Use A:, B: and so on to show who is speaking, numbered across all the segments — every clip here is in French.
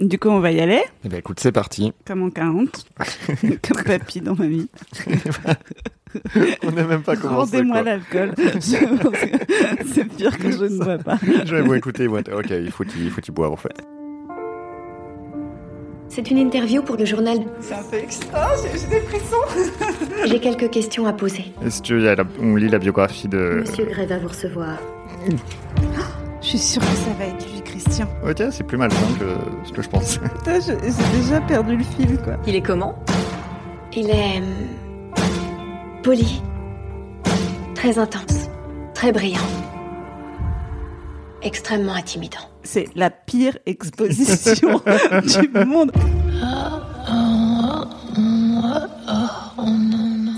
A: Du coup, on va y aller,
B: Eh bien, écoute, c'est parti.
A: comme en 40, comme papy dans ma vie.
B: On n'a même pas commencé.
A: Rendez-moi
B: quoi.
A: l'alcool. Je pense que C'est pire que je ne bois pas.
B: J'avoue, écoutez, what- ok, il faut qu'il il faut qu'il boive en fait.
C: C'est une interview pour le journal.
A: C'est un peu extra, j'ai des frissons.
C: J'ai quelques questions à poser.
B: Est-ce que il y a la- on lit la biographie de.
C: Monsieur Gray va vous recevoir.
A: Je suis sûre que ça va être lui, Christian.
B: Ok, c'est plus malsain que ce que je pense.
A: Putain, je- j'ai déjà perdu le fil, quoi.
D: Il est comment
C: Il est. hum, poli. Très intense. Très brillant. Extrêmement intimidant.
A: C'est la pire exposition du monde.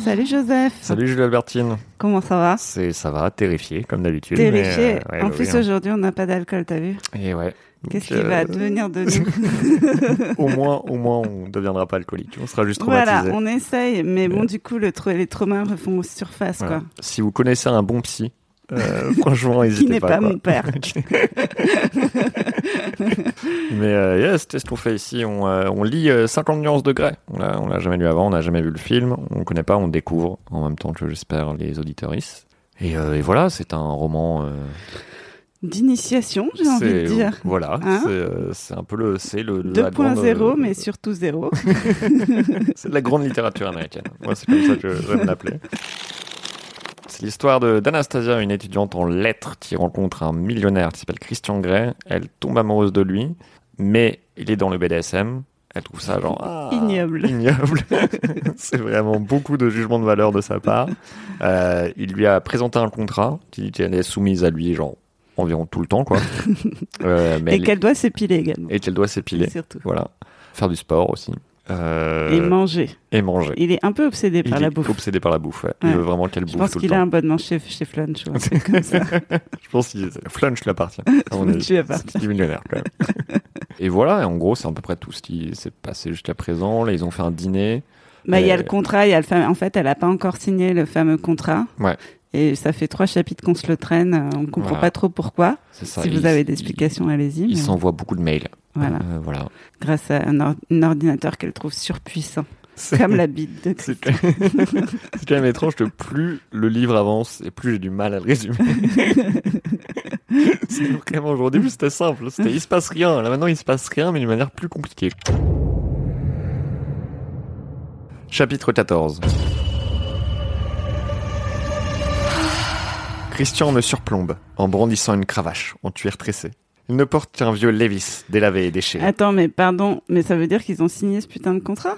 A: Salut Joseph.
B: Salut Julie Albertine.
A: Comment ça va
B: C'est, ça va, terrifié comme d'habitude.
A: Terrifié.
B: mais, euh, ouais,
A: en
B: bah
A: plus,
B: oui, hein.
A: aujourd'hui, on n'a pas d'alcool, t'as vu
B: Et ouais.
A: Qu'est-ce
B: Donc,
A: qui va
B: euh,
A: devenir de nous
B: Au moins, au moins, on deviendra pas alcoolique. On sera juste
A: Voilà,
B: traumatisé.
A: on essaye, mais bon, du coup, le tra- les traumas refont surface,
B: Voilà.
A: quoi.
B: Si vous connaissez un bon psy, euh, franchement,
A: Qui
B: n'hésitez
A: n'est
B: pas.
A: pas
B: quoi.
A: mon père.
B: Mais euh, yes, c'est ce qu'on fait ici. On, euh, on lit euh, 50 nuances de Grey. On l'a, on l'a jamais lu avant, on n'a jamais vu le film, on connaît pas, on découvre en même temps que j'espère les auditoristes. Et, euh, et voilà, c'est un roman. euh,
A: D'initiation, j'ai envie
B: c'est-
A: de dire.
B: Voilà,
A: Hein
B: c'est, euh, c'est un peu le, c'est le, le- la grande,
A: 2.0,
B: euh,
A: mais surtout zéro.
B: C'est de la grande littérature américaine. Moi, c'est comme ça que j'aime l'appeler. C'est l'histoire de- d'Anastasia, une étudiante en lettres qui rencontre un millionnaire qui s'appelle Christian Grey. Elle tombe amoureuse de lui, mais il est dans le BDSM. Elle trouve ça genre ah,
A: Ignoble.
B: Ignoble. c'est vraiment beaucoup de jugements de valeur de sa part. Euh, il lui a présenté un contrat qui dit qu'elle est soumise à lui genre environ tout le temps quoi. Euh, mais
A: Et
B: elle-
A: qu'elle doit s'épiler également.
B: et qu'elle doit s'épiler.
A: Surtout.
B: Voilà. Faire du sport aussi. Euh,
A: Et manger.
B: et manger.
A: Il est un peu obsédé
B: Il
A: par la
B: est
A: bouffe.
B: obsédé par la bouffe. ouais. Il
A: Ouais.
B: veut vraiment qu'elle
A: Je
B: bouffe
A: pense
B: tout le
A: qu'il a
B: temps.
A: un bonnement chez, chez Flunch ou un truc comme ça.
B: Je pense qu'il Flunch l'appartient. à mon
A: Flunch
B: avis.
A: lui appartient.
B: C'est du millionnaire quand même. et voilà, et en gros, c'est à peu près tout ce qui s'est passé jusqu'à présent. Là, ils ont fait un dîner.
A: Bah, il y a le
B: Euh,
A: contrat, il y a le fameux- en fait, elle n'a pas encore signé le fameux contrat.
B: Ouais.
A: Et ça fait trois chapitres qu'on se le traîne, euh, on comprend
B: Voilà.
A: pas trop pourquoi.
B: C'est ça.
A: si
B: ils-
A: vous avez des explications, allez-y.
B: Ils
A: mais
B: ils s'envoient beaucoup de mails.
A: Voilà.
B: Euh, voilà.
A: Grâce à un, or- un ordinateur qu'elle trouve surpuissant, comme la bite de
B: C'est
A: Christ.
B: quand, même... c'est quand même étrange que plus le livre avance et plus j'ai du mal à le résumer. c'est vraiment aujourd'hui, plus c'était simple. C'était il se passe rien. Là maintenant, il se passe rien, mais d'une manière plus compliquée. Chapitre 14 Christian me surplombe en brandissant une cravache en tuer tressé. Il ne porte qu'un vieux Levis délavé et déchiré.
A: Attends, mais pardon, mais ça veut dire qu'ils ont signé ce putain de contrat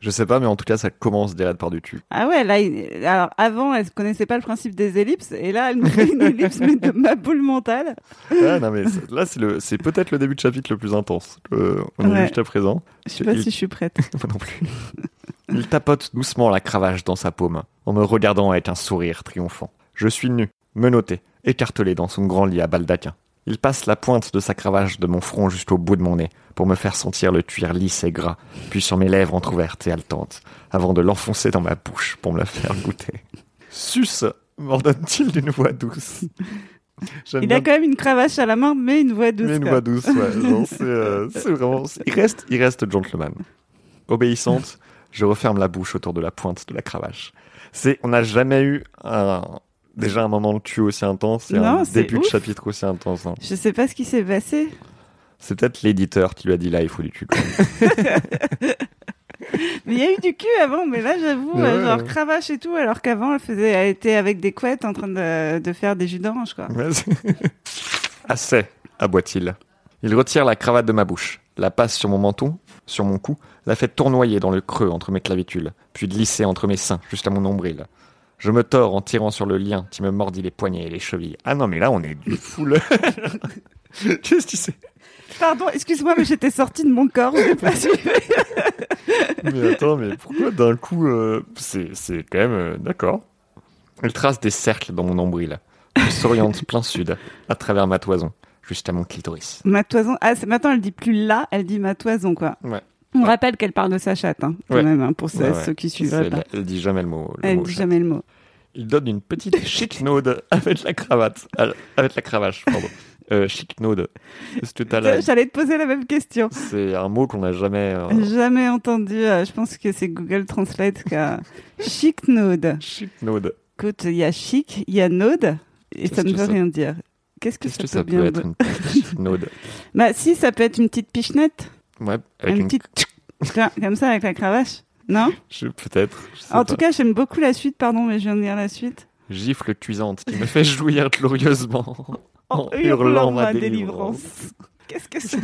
B: Je sais pas, mais en tout cas, ça commence déjà de par du cul.
A: Ah ouais, là, il- alors avant, elle connaissait pas le principe des ellipses, et là, elle nous fait une ellipse mais de ma boule mentale.
B: Ouais, non, mais c'est- là, c'est le- c'est peut-être le début de chapitre le plus intense euh, on a
A: Ouais.
B: vu jusqu'à présent.
A: Je sais pas
B: Il-
A: si je suis prête.
B: Moi non plus. Il tapote doucement la cravache dans sa paume, en me regardant avec un sourire triomphant. Je suis nu, menotté, écartelé dans son grand lit à baldaquin. Il passe la pointe de sa cravache de mon front jusqu'au bout de mon nez, pour me faire sentir le cuir lisse et gras, puis sur mes lèvres entrouvertes et haletantes, avant de l'enfoncer dans ma bouche pour me la faire goûter. Suce m'ordonne-t-il d'une voix douce. J'aime
A: Il
B: bien
A: a quand même une cravache à la main, mais une voix douce.
B: mais une
A: quoi.
B: voix douce, ouais. Genre, c'est, euh, c'est vraiment. c'est- Il reste, il reste gentleman. Obéissante, je referme la bouche autour de la pointe de la cravache. C'est, on n'a jamais eu un, déjà un moment de cul aussi intense et
A: Non,
B: un
A: c'est
B: début
A: ouf.
B: de chapitre aussi intense. hein.
A: Je sais pas ce qui s'est passé.
B: C'est peut-être l'éditeur qui lui a dit là, il faut du cul. quoi.
A: Mais il y a eu du cul avant, mais là j'avoue,
B: Mais
A: euh,
B: ouais,
A: genre
B: ouais.
A: cravache et tout, alors qu'avant elle faisait, elle était avec des couettes en train de, de faire des jus d'orange quoi.
B: Ouais, c'est- Assez, aboie-t-il. Il retire la cravate de ma bouche, la passe sur mon menton, sur mon cou, la fait tournoyer dans le creux entre mes clavicules, puis glisser entre mes seins jusqu'à mon ombril. Je me tords en tirant sur le lien qui me mordit les poignets et les chevilles. Ah non, mais là, on est du full. Qu'est-ce que c'est
A: Pardon, excuse-moi, mais j'étais sortie de mon corps, j'ai pas suivi.
B: Mais attends, mais pourquoi d'un coup. euh, c'est c'est quand même. euh, D'accord. Elle trace des cercles dans mon ombril, puis s'oriente plein sud, à travers ma toison, jusqu'à mon clitoris.
A: Ma toison, ah c'est- maintenant elle dit plus là, elle dit ma toison quoi.
B: Ouais.
A: On
B: Ouais.
A: rappelle qu'elle parle de sa chatte, hein, quand
B: Ouais.
A: même, hein, pour ceux,
B: Ouais, ouais.
A: ceux qui
B: C'est-
A: suivraient pas.
B: Elle, elle dit jamais le mot. le
A: Elle
B: mot
A: dit
B: chat.
A: jamais le mot.
B: Il donne une petite chicnaude avec la cravate, euh, avec la cravache. Pardon. Euh, chicnaude. C'est tout à l'heure.
A: J'allais te poser la même question.
B: C'est un mot qu'on n'a jamais. euh,
A: Jamais entendu. euh, Je pense que c'est Google Translate qui a chic node.
B: Chicnaude.
A: Écoute, il y a chic, il y a node, et
B: Qu'est-ce
A: ça ne
B: que
A: veut
B: ça-
A: rien dire. Qu'est-ce que
B: Qu'est-ce
A: ça
B: que
A: peut bien
B: ça peut être
A: dire
B: une chicnaude
A: Bah si, ça peut être une petite pichenette,
B: Ouais, avec
A: une
B: une.
A: petite Tiens, comme ça avec la cravache. Non
B: je- Peut-être. je sais
A: En tout
B: pas.
A: cas, j'aime beaucoup la suite. Pardon, mais je viens de lire la suite.
B: Gifle cuisante qui me fait jouir glorieusement. En hurlant ma délivrance.
A: Qu'est-ce que ça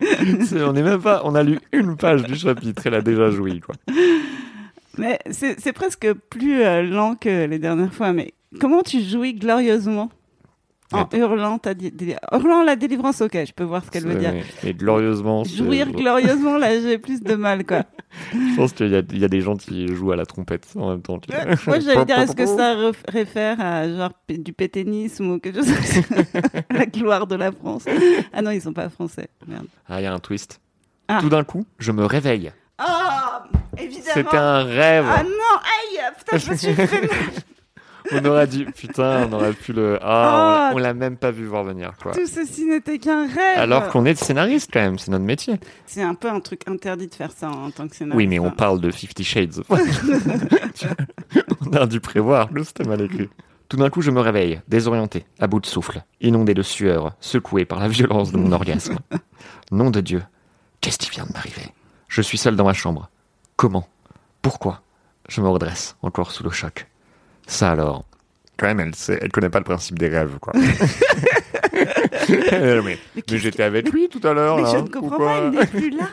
B: C'est- on est même pas. On a lu une page du chapitre. Elle a déjà joui, quoi.
A: Mais c'est c'est presque plus euh, lent que les dernières fois. Mais comment tu jouis glorieusement en hurlant ta dé- dé- hurlant la délivrance Ok, je peux voir ce qu'elle veut dire.
B: C'est- Et glorieusement. c'est-
A: Jouir glorieusement, là, j'ai plus de mal, quoi.
B: Je pense qu'il y, a- il y a des gens qui jouent à la trompette en même temps. tu vois.
A: Euh, Moi, j'allais dire, est-ce que ça ref- réfère à genre p- du pétainisme ou quelque chose comme ça La gloire de la France. Ah non, ils sont pas français. Merde.
B: Ah, il y a un twist.
A: Ah.
B: Tout d'un coup, je me réveille.
A: Ah,
B: Oh,
A: évidemment.
B: C'était un rêve.
A: Ah non, aïe, putain, je me suis fait mal.
B: On aurait dit, putain, on aurait pu le. Ah,
A: Ah.
B: on, on l'a même pas vu voir venir, quoi.
A: Tout ceci n'était qu'un rêve.
B: Alors qu'on est scénariste, quand même, c'est notre métier.
A: C'est un peu un truc interdit de faire ça en tant que scénariste.
B: Oui, mais on
A: hein.
B: parle de Fifty Shades. Tu vois, on a dû prévoir, nous, c'était mal écrit. Tout d'un coup, je me réveille, désorienté, à bout de souffle, inondé de sueur, secoué par la violence de mon orgasme. Nom de Dieu, qu'est-ce qui vient de m'arriver Je suis seul dans ma chambre. Comment Pourquoi Je me redresse, encore sous le choc. Ça alors. Quand même, elle, sait- elle connaît pas le principe des rêves, quoi. mais mais
A: qu'est-ce
B: j'étais avec lui tout à l'heure.
A: Mais
B: là,
A: je
B: hein,
A: ne comprends
B: pourquoi
A: pas, il n'est plus là.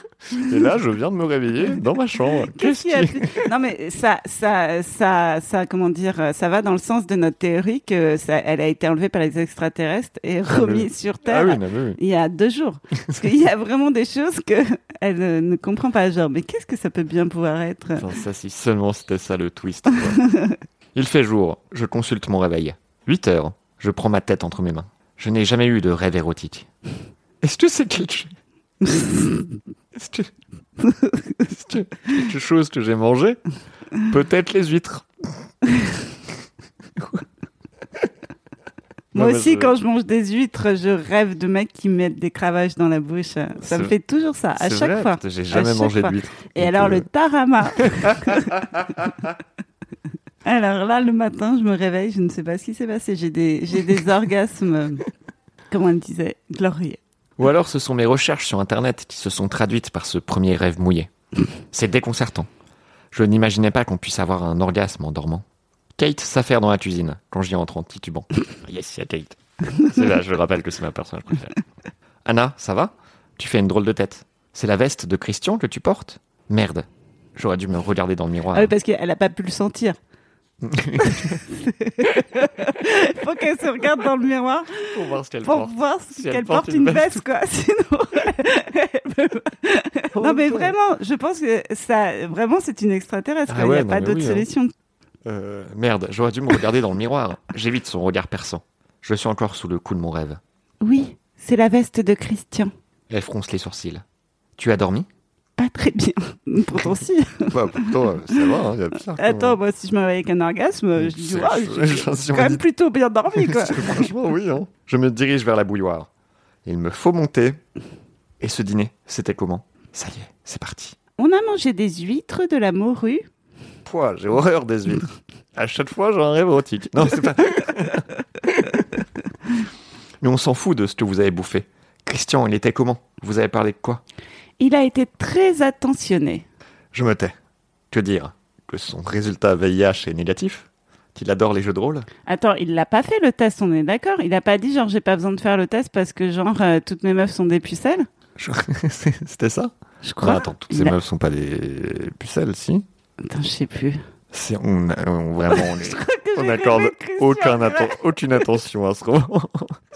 B: Et là, je viens de me réveiller dans ma chambre.
A: Qu'est-ce qu'il y a plus- Non, mais ça, ça, ça, ça, comment dire, euh, ça va dans le sens de notre théorie que ça, elle a été enlevée par les extraterrestres et
B: Ah,
A: remise
B: mais-
A: sur Terre.
B: Ah oui, non, mais oui.
A: Il y a deux jours. Parce qu'il y a vraiment des choses que elle euh, ne comprend pas. Genre, mais qu'est-ce que ça peut bien pouvoir être
B: Enfin, ça, si seulement c'était ça le twist. quoi. Il fait jour, je consulte mon réveil. 8 heures, je prends ma tête entre mes mains. Je n'ai jamais eu de rêve érotique. Est-ce que c'est quelque chose. Est-ce que. Est-ce que quelque chose que j'ai mangé Peut-être les huîtres.
A: Moi
B: Non, mais
A: aussi,
B: je-
A: quand je mange des huîtres, je rêve de mecs qui mettent des cravages dans la bouche.
B: C'est
A: Ça me
B: vrai.
A: fait toujours ça, à
B: C'est
A: chaque
B: vrai,
A: fois.
B: putain, J'ai jamais
A: chaque
B: mangé
A: fois.
B: d'huîtres.
A: Et
B: Donc,
A: alors,
B: euh,
A: le tarama. alors là, le matin, je me réveille, je ne sais pas ce qui s'est passé. J'ai des, j'ai des orgasmes, euh, comment elle disait, glorieux. Ah
B: Ou alors ce sont mes recherches sur Internet qui se sont traduites par ce premier rêve mouillé. C'est déconcertant. Je n'imaginais pas qu'on puisse avoir un orgasme en dormant. Kate s'affaire dans la cuisine quand j'y entre en titubant. Yes, il y a Kate. C'est là, je rappelle que c'est ma personnage préférée. Anna, ça va Tu fais une drôle de tête. C'est la veste de Christian que tu portes Merde. J'aurais dû me regarder dans le miroir.
A: Ah oui, parce qu'elle n'a pas pu le sentir. Faut qu'elle se regarde dans le miroir
B: pour voir ce qu'elle
A: pour voir si
B: Si
A: qu'elle porte, une veste, quoi. Sinon, elle peut pas. non, mais vraiment, je pense que ça, vraiment, c'est une extraterrestre.
B: Ah
A: quoi. Il
B: ouais,
A: n'y
B: non,
A: a pas
B: mais
A: d'autre
B: oui, hein.
A: solution.
B: Euh, merde, j'aurais dû me regarder dans le miroir. J'évite son regard perçant. Je suis encore sous le coup de mon rêve.
A: Oui, c'est la veste de Christian.
B: Elle fronce les sourcils. Tu as dormi
A: Pas très bien. Pourtant, si.
B: Bah pourtant, ça va, il y a pire.
A: Attends, moi, si je me réveille avec un orgasme, je dis,
B: C'est-
A: Waouh,
B: je-
A: j'ai
B: j'en suis
A: quand même
B: dit-
A: plutôt bien dormi, quoi.
B: Franchement, oui. Hein. Je me dirige vers la bouilloire. Il me faut monter. Et ce dîner, c'était comment Ça y est, c'est parti.
A: On a mangé des huîtres, de la morue.
B: Pouah, j'ai horreur des huîtres. À chaque fois, j'ai un rêve érotique. Non, c'est pas. Mais on s'en fout de ce que vous avez bouffé. Christian, il était comment Vous avez parlé de quoi
A: Il a été très attentionné.
B: Je me tais. Que dire Que son résultat VIH est négatif Qu'il adore les jeux de rôle
A: Attends, il l'a pas fait le test, on est d'accord Il a pas dit genre j'ai pas besoin de faire le test parce que genre euh, toutes mes meufs sont des pucelles
B: Je- C'était ça
A: Je
B: Non,
A: crois.
B: Ah, attends, toutes ces
A: Il a-
B: meufs sont pas des pucelles, si
A: Attends, je sais plus.
B: C'est- on, on- vraiment, on, on
A: J'ai
B: accorde
A: rêvé de Christian
B: aucun atten-
A: Grey.
B: aucune attention à ce roman.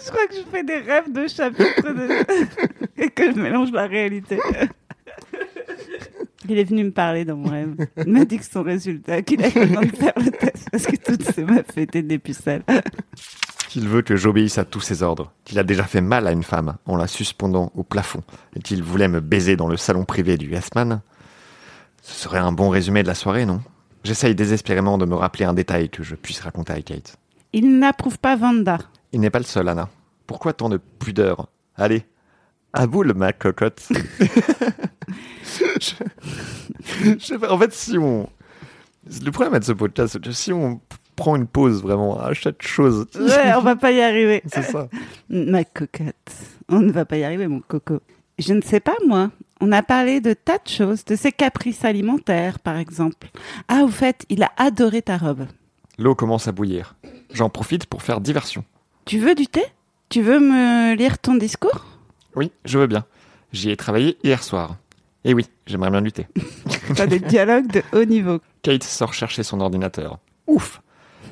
A: Je crois que je fais des rêves de chapitres de- et que je mélange la réalité. Il est venu me parler dans mon rêve. Il m'a dit que son résultat, qu'il avait besoin de faire le test parce que toutes ces meufs étaient des pucelles.
B: Qu'il veut que j'obéisse à tous ses ordres, qu'il a déjà fait mal à une femme en la suspendant au plafond, et qu'il voulait me baiser dans le salon privé du Yasman. Ce serait un bon résumé de la soirée, non J'essaye désespérément de me rappeler un détail que je puisse raconter à Kate.
A: Il n'approuve pas Vanda.
B: Il n'est pas le seul, Anna. Pourquoi tant de pudeur Allez, à boule, ma cocotte. je... je sais pas, en fait, si on. Le problème de ce podcast, c'est que si on prend une pause vraiment à chaque chose,
A: Ouais, on va pas y arriver.
B: c'est ça.
A: Ma cocotte. On ne va pas y arriver, mon coco. Je ne sais pas, moi. On a parlé de tas de choses, de ses caprices alimentaires, par exemple. Ah, au fait, il a adoré ta robe.
B: L'eau commence à bouillir. J'en profite pour faire diversion.
A: Tu veux du thé Tu veux me lire ton discours
B: Oui, je veux bien. J'y ai travaillé hier soir. Et oui, j'aimerais bien lutter.
A: Pas des dialogues de haut niveau.
B: Kate sort chercher son ordinateur. Ouf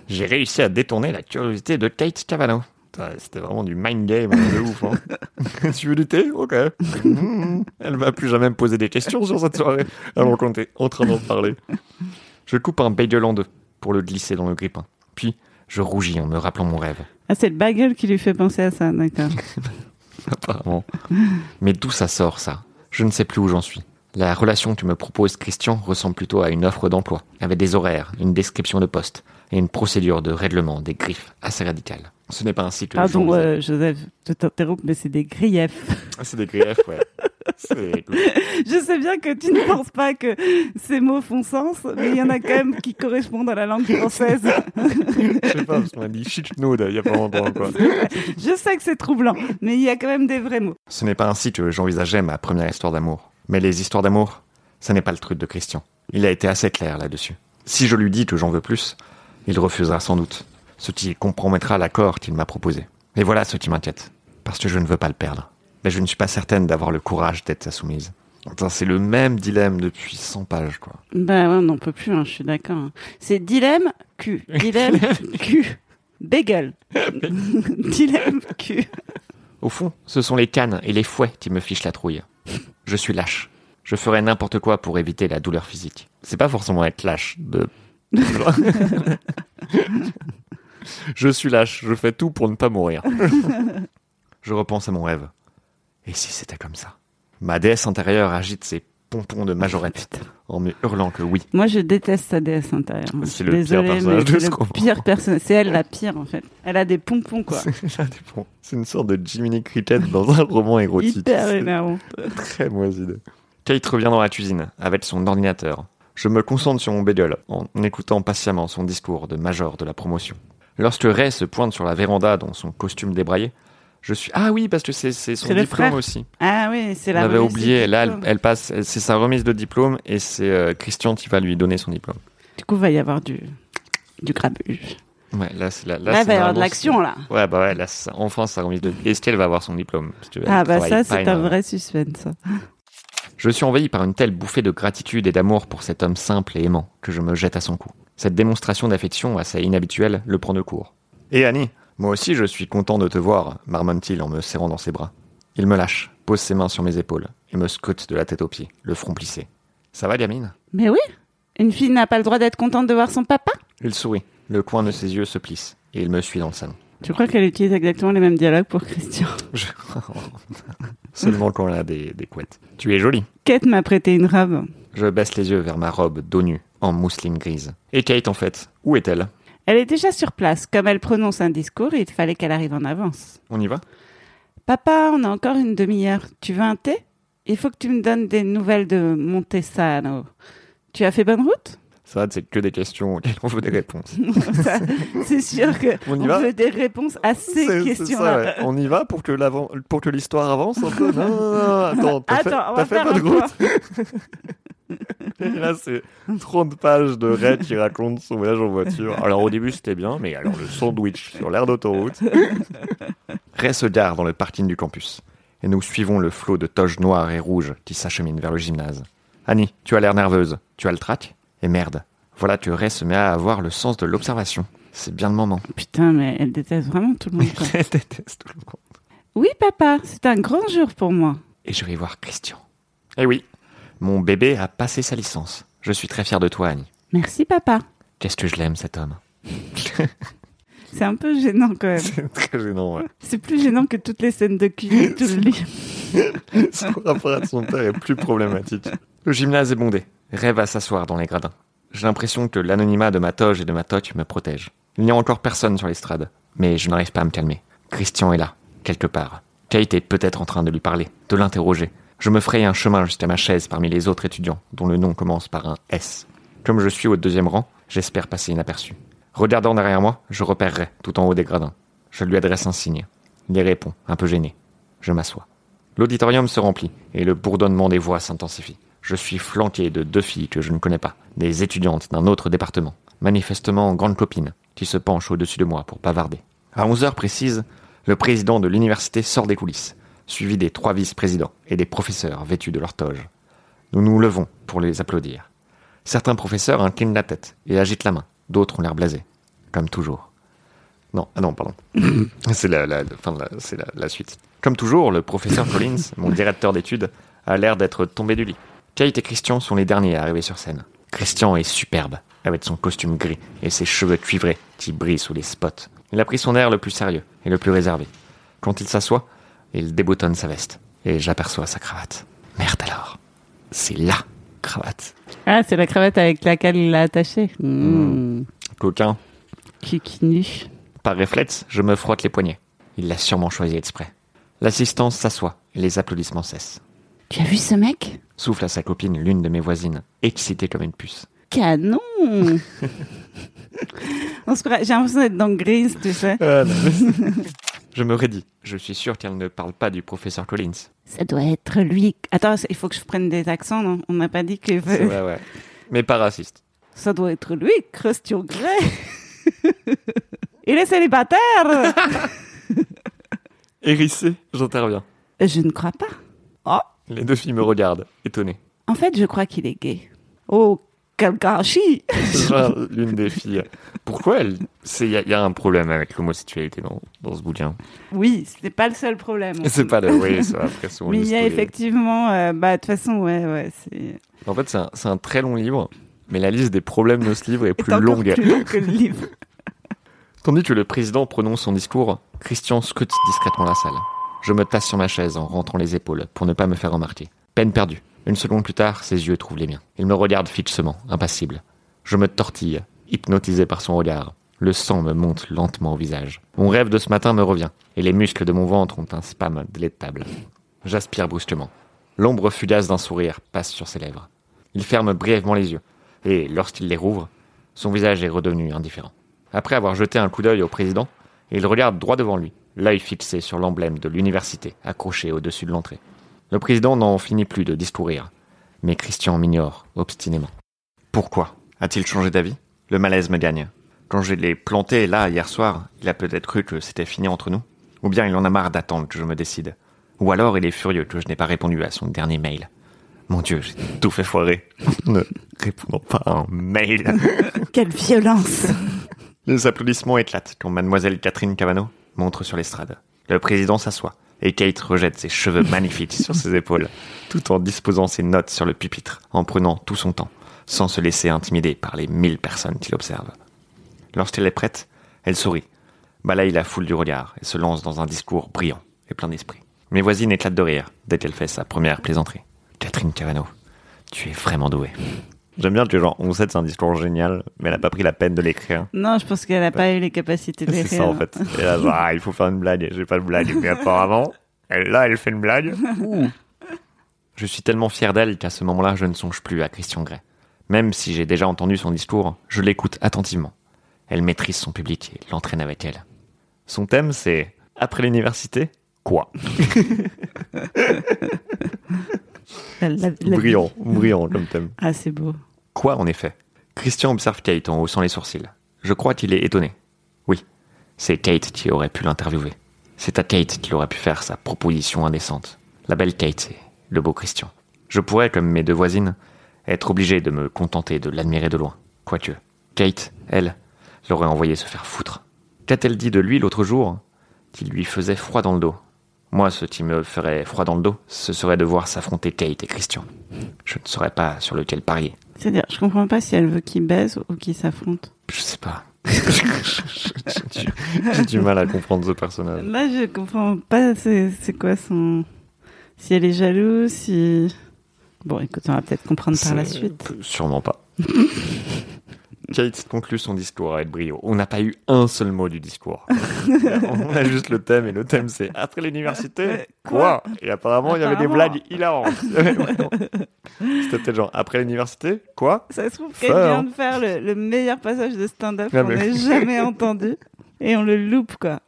B: J'ai réussi à détourner la curiosité de Kate Cavano. Putain, C'était vraiment du mind game hein, de ouf. hein. tu veux lutter Ok. Mhm. Elle va plus jamais me poser des questions sur cette soirée alors qu'on était en train d'en parler. Je coupe un bagel en deux pour le glisser dans le grippin. Puis, je rougis en me rappelant mon rêve,
A: Ah, c'est le bagel qui lui fait penser à ça, d'accord.
B: apparemment. Mais d'où ça sort, ça Je ne sais plus où j'en suis. La relation que tu me proposes, Christian, ressemble plutôt à une offre d'emploi, avec des horaires, une description de poste et une procédure de règlement des griffes assez radicale. Ce n'est pas ainsi que
A: Pardon,
B: j'envisage-
A: euh, Joseph, je t'interromps, mais c'est des griefs.
B: Ah, C'est des griffes, ouais. C'est-
A: Je sais bien que tu ne penses pas que ces mots font sens, mais il y en a quand même qui correspondent à la langue française.
B: Je sais pas, parce qu'on a dit shitnode il y a pas longtemps, quoi.
A: Je sais que c'est troublant, mais il y a quand même des vrais mots.
B: Ce n'est pas ainsi que j'envisageais ma première histoire d'amour. Mais les histoires d'amour, ça n'est pas le truc de Christian. Il a été assez clair là-dessus. Si je lui dis que j'en veux plus, il refusera sans doute, ce qui compromettra l'accord qu'il m'a proposé. Et voilà ce qui m'inquiète, parce que je ne veux pas le perdre. Mais je ne suis pas certaine d'avoir le courage d'être sa soumise. Putain, C'est le même dilemme depuis 100 pages, quoi.
A: Ben ouais, on n'en peut plus, hein, je suis d'accord. hein. C'est dilemme cul, dilemme cul, bagel, dilemme cul.
B: Au fond, ce sont les cannes et les fouets qui me fichent la trouille. Je suis lâche. Je ferai n'importe quoi pour éviter la douleur physique. C'est pas forcément être lâche de. je suis lâche, je fais tout pour ne pas mourir. je repense à mon rêve. Et si c'était comme ça Ma déesse intérieure agite ses pompons de majorette en me hurlant que oui.
A: Moi, je déteste sa déesse intérieure. hein. Je suis
B: C'est le pire
A: désolée,
B: personnage
A: mais
B: de ce
A: c'est
B: roman.
A: le pire personne. C'est elle la pire en fait. Elle a des pompons quoi.
B: C'est là des ponts. C'est une sorte de Jiminy Cricket dans un roman érotique.
A: Hyper
B: C'est-
A: énervant.
B: Très moisine. Kate revient dans la cuisine avec son ordinateur. Je me concentre sur mon bagel en écoutant patiemment son discours de major de la promotion. Lorsque Ray se pointe sur la véranda dans son costume débraillé, je suis ah oui parce que c'est c'est son
A: C'est le
B: diplôme
A: frère.
B: aussi.
A: Ah oui, c'est
B: On
A: la.
B: l'avait
A: remise du
B: oublié. Là, elle,
A: diplôme.
B: elle passe. elle- C'est sa remise de diplôme et c'est euh, Christian qui va lui donner son diplôme.
A: Du coup, il va y avoir du du grabuge.
B: Ouais, là, c'est la.
A: Là,
B: Là,
A: il
B: c'est
A: va y avoir de
B: normalement-
A: l'action hein. là.
B: Ouais, bah ouais, là, c'est ça. enfin sa remise de. Est-ce qu'elle va avoir son diplôme Parce que elle
A: Ah bah
B: travaille
A: ça,
B: pas
A: c'est un
B: énormément.
A: vrai suspense. ça.
B: Je suis envahi par une telle bouffée de gratitude et d'amour pour cet homme simple et aimant que je me jette à son cou. Cette démonstration d'affection assez inhabituelle le prend de court. Et Annie Moi aussi je suis content de te voir, marmonne-t-il en me serrant dans ses bras. Il me lâche, pose ses mains sur mes épaules et me scrute de la tête aux pieds, le front plissé. Ça va, gamine
A: Mais oui, une fille n'a pas le droit d'être contente de voir son papa.
B: Il sourit, le coin de ses yeux se plisse et il me suit dans le salon.
A: Je crois qu'elle utilise exactement les mêmes dialogues pour Christian.
B: Je- Seulement quand on a des, des couettes. Tu es jolie.
A: Kate m'a prêté une robe.
B: Je baisse les yeux vers ma robe dos nu, en mousseline grise. Et Kate en fait, où est-elle
A: Elle est déjà sur place. Comme elle prononce un discours, il fallait qu'elle arrive en avance.
B: On y va
A: Papa, on a encore une demi-heure. Tu veux un thé Il faut que tu me donnes des nouvelles de Montesano. Tu as fait bonne route
B: Ça, c'est que des questions auxquelles on veut des réponses.
A: Ça, C'est sûr que
B: On
A: on,
B: y va
A: veut des réponses à ces
B: C'est- c'est ça,
A: questions-là.
B: ouais. On y va pour que l'avant- pour que l'histoire avance un peu Non, non, non, attends, t'as fait,
A: Attends, on
B: t'as
A: va
B: fait
A: faire
B: pas
A: un
B: de
A: point.
B: route. Et là, c'est 30 pages de Red qui raconte son voyage en voiture. Alors, au début, c'était bien, mais alors le sandwich sur l'air d'autoroute. Ray se gare dans le parking du campus. Et nous suivons le flot de toges noires et rouges qui s'achemine vers le gymnase. Annie, tu as l'air nerveuse. Tu as le trac Et merde, voilà que Ray se met à avoir le sens de l'observation. C'est bien le moment.
A: Putain, mais elle déteste vraiment tout le monde. quoi.
B: Elle déteste tout le monde.
A: oui, papa, c'est un grand jour pour moi.
B: Et je vais voir Christian. Eh oui, mon bébé a passé sa licence. Je suis très fier de toi, Annie.
A: Merci, papa.
B: Qu'est-ce que je l'aime, cet homme.
A: C'est un peu gênant quand même.
B: C'est très gênant, ouais.
A: C'est plus gênant que toutes les scènes de cul et tout le livre.
B: Son rapport à son père est plus problématique. Le gymnase est bondé. Rêve à s'asseoir dans les gradins. J'ai l'impression que l'anonymat de ma toge et de ma toque me protège. Il n'y a encore personne sur l'estrade, mais je n'arrive pas à me calmer. Christian est là, quelque part. Kate est peut-être en train de lui parler, de l'interroger. Je me ferai un chemin jusqu'à ma chaise parmi les autres étudiants, dont le nom commence par un S. Comme je suis au deuxième rang, j'espère passer inaperçu. Regardant derrière moi, je repérerai, tout en haut des gradins. Je lui adresse un signe. Il y répond, un peu gêné. Je m'assois. L'auditorium se remplit, et le bourdonnement des voix s'intensifie. Je suis flanqué de deux filles que je ne connais pas, des étudiantes d'un autre département, manifestement grandes copines, qui se penchent au-dessus de moi pour bavarder. À 11 heures précises, le président de l'université sort des coulisses, suivi des trois vice-présidents et des professeurs vêtus de leur toge. Nous nous levons pour les applaudir. Certains professeurs inclinent la tête et agitent la main, d'autres ont l'air blasés, comme toujours. Non, ah non, pardon. c'est la, la- la- fin de la, c'est la- la suite. Comme toujours, le professeur Collins, mon directeur d'études, a l'air d'être tombé du lit. Kate et Christian sont les derniers à arriver sur scène. Christian est superbe, avec son costume gris et ses cheveux cuivrés qui brillent sous les spots. Il a pris son air le plus sérieux et le plus réservé. Quand il s'assoit, il déboutonne sa veste et j'aperçois sa cravate. Merde alors, c'est la cravate.
A: Ah, c'est la cravate avec laquelle il l'a attaché. Mmh.
B: Coquin.
A: Kiki nu.
B: Par réflexe, je me frotte les poignets. Il l'a sûrement choisi exprès. L'assistance s'assoit et les applaudissements cessent.
A: Tu as vu ce mec
B: Souffle à sa copine l'une de mes voisines, excitée comme une puce.
A: Canon On se croirait- J'ai l'impression d'être dans Grise, tu sais.
B: Euh. je me raidis. Je suis sûr qu'elle ne parle pas du professeur Collins.
A: Ça doit être lui. Attends, il faut que je prenne des accents, non On n'a pas dit que...
B: C'est vrai, ouais. Mais pas raciste.
A: Ça doit être lui, Christian Grey. il est célibataire
B: Hérissé, j'interviens.
A: Je ne crois pas.
B: Les deux filles me regardent, étonnées.
A: En fait, je crois qu'il est gay. Oh, quel gâchis
B: Genre, L'une des filles. Pourquoi elle. Il y, a- y a un problème avec l'homosexualité dans, dans ce bouquin.
A: Oui, c'est pas le seul problème.
B: C'est pas le. Oui, ça, après, souvent,
A: Mais il y a
B: l'histoire est-
A: effectivement, euh, bah de toute façon, ouais, ouais, c'est
B: En fait, c'est un, c'est un très long livre, mais la liste des problèmes de ce livre est plus
A: encore
B: longue.
A: plus long que le livre.
B: Tandis que le président prononce son discours, Christian scrute discrètement la salle. Je me tasse sur ma chaise en rentrant les épaules pour ne pas me faire remarquer. Peine perdue. Une seconde plus tard, ses yeux trouvent les miens. Il me regarde fixement, impassible. Je me tortille, hypnotisé par son regard. Le sang me monte lentement au visage. Mon rêve de ce matin me revient, et les muscles de mon ventre ont un spam délectable. J'aspire brusquement. L'ombre fugace d'un sourire passe sur ses lèvres. Il ferme brièvement les yeux, et lorsqu'il les rouvre, son visage est redevenu indifférent. Après avoir jeté un coup d'œil au président, il regarde droit devant lui, l'œil fixé sur l'emblème de l'université accroché au-dessus de l'entrée. Le président n'en finit plus de discourir, mais Christian m'ignore obstinément. Pourquoi A-t-il changé d'avis Le malaise me gagne. Quand je l'ai planté là hier soir, il a peut-être cru que c'était fini entre nous. Ou bien il en a marre d'attendre que je me décide. Ou alors il est furieux que je n'ai pas répondu à son dernier mail. Mon Dieu, j'ai tout fait foirer. ne répondant pas à un mail.
A: Quelle violence
B: Les applaudissements éclatent quand mademoiselle Catherine Cavano montre sur l'estrade. Le président s'assoit et Kate rejette ses cheveux magnifiques sur ses épaules, tout en disposant ses notes sur le pupitre, en prenant tout son temps, sans se laisser intimider par les mille personnes qui l'observent. Lorsqu'elle est prête, elle sourit, balaye la foule du regard et se lance dans un discours brillant et plein d'esprit. Mes voisines éclatent de rire dès qu'elle fait sa première plaisanterie. Catherine Cavano, tu es vraiment douée. J'aime bien que genre, on sait que c'est un discours génial, mais elle n'a pas pris la peine de l'écrire.
A: Non, je pense qu'elle n'a pas eu les capacités de les
B: Bah, C'est ça en
A: rire.
B: fait. Et là, genre, ah, il faut faire une blague. J'ai pas de blague. Mais apparemment, elle, là, elle fait une blague. Je suis tellement fier d'elle qu'à ce moment-là, je ne songe plus à Christian Grey. Même si j'ai déjà entendu son discours, je l'écoute attentivement. Elle maîtrise son public et l'entraîne avec elle. Son thème, c'est Après l'université Quoi
A: La- la- la-
B: Brillant, brillant comme thème.
A: Ah, c'est beau.
B: Quoi, en effet Christian observe Kate en haussant les sourcils. Je crois qu'il est étonné. Oui, c'est Kate qui aurait pu l'interviewer. C'est à Kate qu'il aurait pu faire sa proposition indécente. La belle Kate et le beau Christian. Je pourrais, comme mes deux voisines, être obligé de me contenter de l'admirer de loin. Quoique, Kate, elle, l'aurait envoyé se faire foutre. Qu'a-t-elle dit de lui l'autre jour Qu'il lui faisait froid dans le dos. Moi, ce qui me ferait froid dans le dos, ce serait de voir s'affronter Kate et Christian. Je ne saurais pas sur lequel parier.
A: C'est-à-dire, je comprends pas si elle veut qu'il baise ou qu'il s'affronte.
B: Je sais pas. J'ai du- j'ai du mal à comprendre ce personnage.
A: Là, je comprends pas c'est c'est quoi son... Si elle est jalouse, si... Bon, écoute, on va peut-être comprendre par la
B: C'est-
A: suite.
B: Sûrement pas. Kate conclut son discours avec brio. On n'a pas eu un seul mot du discours. On a juste le thème et le thème c'est après l'université.
A: Euh,
B: Quoi Et apparemment il y avait des
A: Apparemment.
B: blagues hilarantes. Ouais, ouais. C'était peut-être genre après l'université Quoi
A: Ça se trouve
B: Fort.
A: qu'elle vient de faire le, le meilleur passage de stand-up
B: Ah,
A: qu'on
B: mais-
A: ait jamais entendu. Et on le loupe, quoi.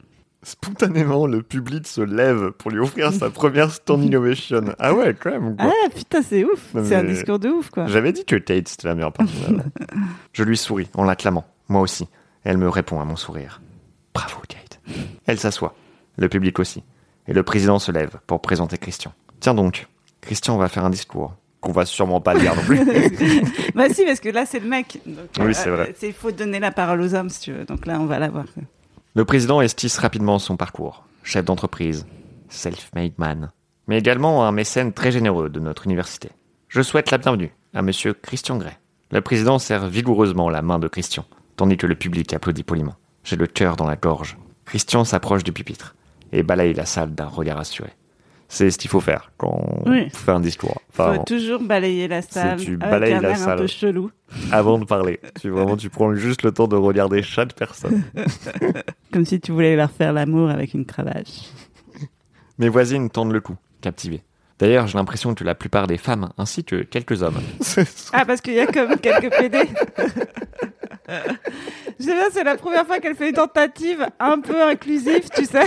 B: Spontanément le public se lève pour lui offrir sa première stand innovation. Ah ouais quand même. quoi.
A: Ah putain, c'est ouf.
B: Non,
A: C'est un
B: mais-
A: discours de ouf, quoi.
B: J'avais dit que Tate, c'était la meilleure partie. Je lui souris en l'acclamant, moi aussi. Elle me répond à mon sourire. Bravo, Tate. Elle s'assoit, le public aussi. Et le président se lève pour présenter Christian. Tiens donc, Christian va faire un discours. Qu'on va sûrement pas lire non plus.
A: bah si, parce que là, c'est le mec. Donc, euh,
B: Oui, c'est vrai.
A: Il faut donner la parole aux hommes, si tu veux. Donc là, on va l'avoir. quoi.
B: Le président esquisse rapidement son parcours. Chef d'entreprise, self-made man, mais également un mécène très généreux de notre université. Je souhaite la bienvenue à monsieur Christian Gray. Le président serre vigoureusement la main de Christian, tandis que le public applaudit poliment. J'ai le cœur dans la gorge. Christian s'approche du pupitre et balaye la salle d'un regard assuré. C'est ce qu'il faut faire quand
A: Oui.
B: on fait un discours.
A: Faut
B: Enfin,
A: toujours balayer la salle.
B: tu
A: avec
B: balayes
A: un
B: la
A: air un
B: salle.
A: peu chelou.
B: avant de parler, tu, vraiment, tu prends juste le temps de regarder chaque personne.
A: Comme si tu voulais leur faire l'amour avec une cravache.
B: Mes voisines tendent le cou, captivées. D'ailleurs, j'ai l'impression que la plupart des femmes, ainsi que quelques hommes.
A: Ah, parce qu'il y a comme quelques PD. Je sais pas, c'est la première fois qu'elle fait une tentative un peu inclusive, tu sais.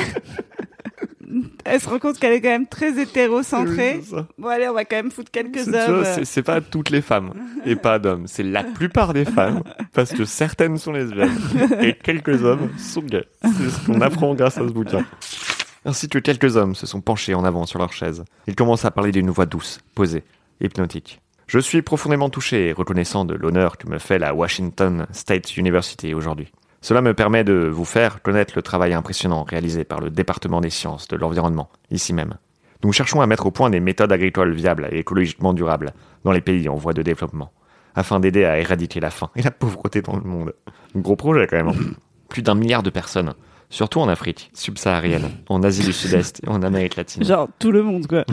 A: Elle se rend compte qu'elle est quand même très hétérocentrée. Bon, allez, on va quand même foutre quelques hommes. euh,
B: C'est pas toutes les femmes et pas d'hommes, c'est la plupart des femmes, parce que certaines sont lesbiennes et quelques hommes sont gays. C'est ce qu'on apprend grâce à ce bouquin. Ainsi que quelques hommes se sont penchés en avant sur leur chaise. Ils commencent à parler d'une voix douce, posée, hypnotique. Je suis profondément touché et reconnaissant de l'honneur que me fait la Washington State University aujourd'hui. Cela me permet de vous faire connaître le travail impressionnant réalisé par le département des sciences de l'environnement, ici même. Nous cherchons à mettre au point des méthodes agricoles viables et écologiquement durables dans les pays en voie de développement, afin d'aider à éradiquer la faim et la pauvreté dans le monde. Gros projet quand même. hein. Plus d'un milliard de personnes, surtout en Afrique subsaharienne, en Asie du Sud-Est et en Amérique latine,
A: Genre tout le monde, quoi.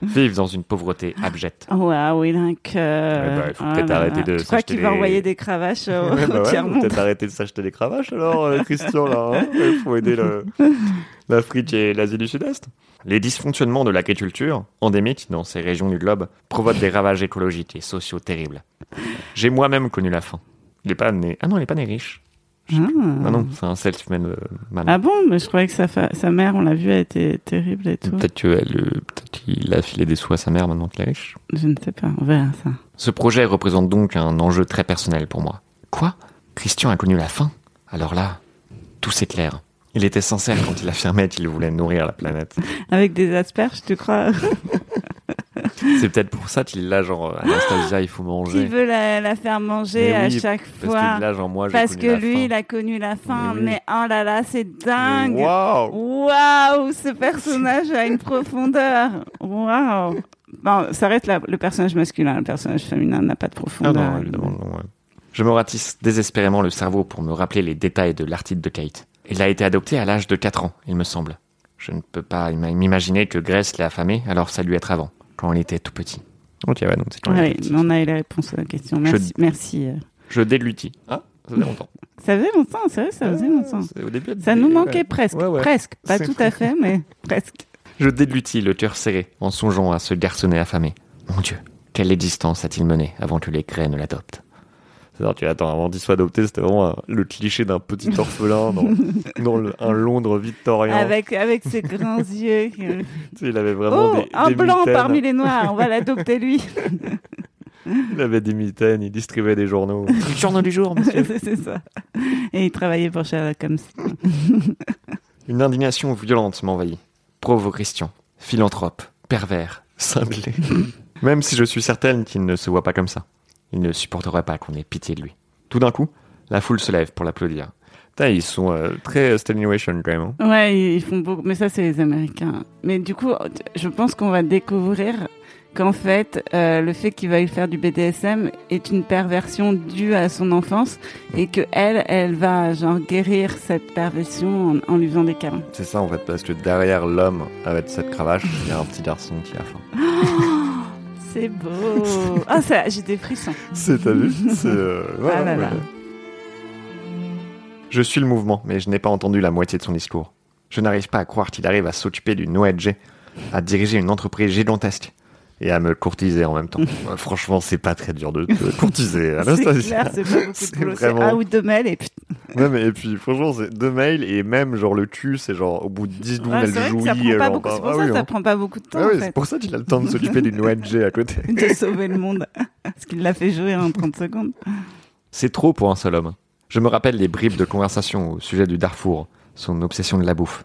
B: vivent dans une pauvreté abjecte.
A: Oh, Waouh, il a un cœur.
B: Ouais, bah, il faut
A: Ah
B: peut-être
A: là
B: arrêter
A: là.
B: de
A: Tu crois
B: s'acheter
A: qu'il va
B: des-
A: envoyer des cravaches euh,
B: Ouais, bah
A: au
B: ouais, faut
A: tiers-monde
B: peut-être arrêter de s'acheter des cravaches alors, euh, Christian, là. hein. Il faut aider le- l'Afrique et l'Asie du Sud-Est. Les dysfonctionnements de l'agriculture, endémiques dans ces régions du globe, provoquent des ravages écologiques et sociaux terribles. J'ai moi-même connu la faim. Il est pas né... Ah non, il n'est pas né riche.
A: Ah.
B: Ah non, c'est un self-made euh, man.
A: Ah bon Mais je croyais que sa, fa- sa mère, on l'a vu, elle était terrible et tout.
B: Peut-être que, euh, le- peut-être qu'il a filé des sous à sa mère maintenant qu'il est riche.
A: Je ne sais pas, on verra ça.
B: Ce projet représente donc un enjeu très personnel pour moi. Quoi Christian a connu la faim Alors là, tout s'éclaire. Il était sincère quand il affirmait qu'il voulait nourrir la planète.
A: Avec des asperges, tu crois
B: C'est peut-être pour ça qu'il l'a genre Anastasia, il faut manger.
A: Qui veut la, la faire manger
B: Mais
A: à
B: oui,
A: chaque
B: Parce qu'il
A: fois
B: l'a genre moi, j'ai
A: Parce
B: connu
A: que
B: la
A: lui,
B: faim.
A: il a connu la faim.
B: Mais
A: Mais,
B: oui.
A: oh là là, c'est dingue
B: Waouh
A: Waouh, ce personnage a une profondeur. Waouh. Bon, ça reste là, le personnage masculin. Le personnage féminin n'a pas de
B: Ah
A: profondeur.
B: non, évidemment, non, ouais. Je me ratisse désespérément le cerveau pour me rappeler les détails de l'article de Kate. Il a été adopté à l'âge de 4 ans, il me semble. Je ne peux pas im- m'imaginer que Grace l'ait affamé, alors ça lui être avant, quand il était tout petit. Ok, ouais, donc c'est quand
A: Ah
B: il
A: oui,
B: était petit.
A: on a eu la réponse à la question. Merci. merci.
B: Je délutis. Ah, ça fait longtemps.
A: Ça faisait longtemps, c'est vrai, ça faisait longtemps.
B: C'est Au début,
A: Ça nous manquait presque.
B: Ouais, ouais.
A: Presque. Pas
B: C'est
A: tout à fait, mais presque.
B: Je délutis, le cœur serré, en songeant à ce garçonnet affamé. Mon Dieu, quelle existence a-t-il mené avant que les Grey ne l'adoptent C'est-à-dire, tu attends, avant qu'il soit adopté, c'était vraiment un- le cliché d'un petit orphelin dans, dans le- un Londres victorien.
A: Avec, avec ses grands yeux. qui-
B: Tu sais, Il avait vraiment
A: Oh,
B: des,
A: un
B: des
A: blanc
B: mitaines.
A: parmi les noirs, on va l'adopter lui.
B: Il avait des mitaines, il distribuait des journaux. Le journal du jour, monsieur.
A: c'est ça. Et il travaillait pour Sherlock Holmes.
B: Une indignation violente m'envahit. Pauvre Christian, philanthrope, pervers, cinglé. Même si je suis certaine qu'il ne se voit pas comme ça. Il ne supporterait pas qu'on ait pitié de lui. Tout d'un coup, la foule se lève pour l'applaudir. Putain, ils sont euh, très euh, Stalinian quand même. hein.
A: Ouais, ils- ils font beaucoup, mais ça c'est les Américains. Mais du coup, je pense qu'on va découvrir qu'en fait, euh, le fait qu'il veuille faire du BDSM est une perversion due à son enfance et que elle, elle va genre guérir cette perversion en, en lui faisant des câlins.
B: C'est ça en fait, parce que derrière l'homme avec cette cravache, il y a un petit garçon qui a faim.
A: c'est beau. Ah, ça, j'ai des frissons.
B: C'est t'as vu C'est, euh, voilà,
A: Ah là là.
B: voilà. Je suis le mouvement, mais je n'ai pas entendu la moitié de son discours. Je n'arrive pas à croire qu'il arrive à s'occuper d'une ONG, à diriger une entreprise gigantesque et à me courtiser en même temps. Euh, Franchement, c'est pas très dur de te courtiser,
A: C'est
B: Anastasia.
A: clair, c'est pas beaucoup
B: C'est
A: de boulot. C'est
B: vraiment-
A: un ou deux mails et puis.
B: Ouais, mais, et puis, franchement, c'est deux mails et même, genre, le cul, c'est genre, au bout de 10 secondes,
A: Ouais,
B: elle
A: Ah, c'est vrai que
B: jouit.
A: ça prend pas
B: genre,
A: beaucoup. C'est pour
B: ah
A: ça
B: oui,
A: que ça
B: hein.
A: prend pas beaucoup de temps
B: Ah oui,
A: en
B: c'est
A: fait.
B: pour ça qu'il a le temps de s'occuper d'une ONG à côté.
A: De sauver le monde. Parce qu'il l'a fait jouer en 30 secondes.
B: C'est trop pour un seul homme. Je me rappelle les bribes de conversation au sujet du Darfour, son obsession de la bouffe.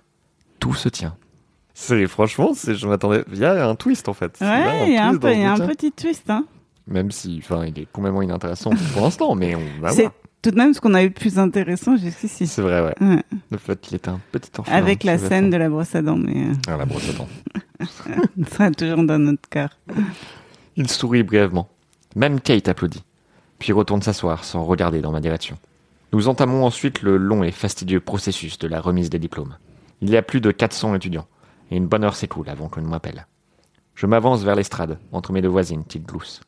B: Tout se tient. C'est franchement, c'est je m'attendais. Il y a un twist en fait.
A: Ouais, il y a un,
B: twist
A: peu,
B: dans ce
A: il y a un
B: bouquin.
A: petit twist. Hein.
B: Même si, enfin, il est complètement inintéressant pour l'instant, mais on va
A: C'est
B: voir.
A: tout de même ce qu'on a eu de plus intéressant jusqu'ici.
B: C'est vrai, ouais.
A: Ouais.
B: Le fait qu'il était un petit enfant. Ah,
A: Avec la scène de la brosse à dents, mais euh,
B: la brosse à dents.
A: ça sera toujours dans notre cœur.
B: Il sourit brièvement. Même Kate applaudit, puis retourne s'asseoir sans regarder dans ma direction. Nous entamons ensuite le long et fastidieux processus de la remise des diplômes. Il y a plus de 400 étudiants, et une bonne heure s'écoule avant que l'on m'appelle. Je m'avance vers l'estrade, entre mes deux voisines qui gloussent.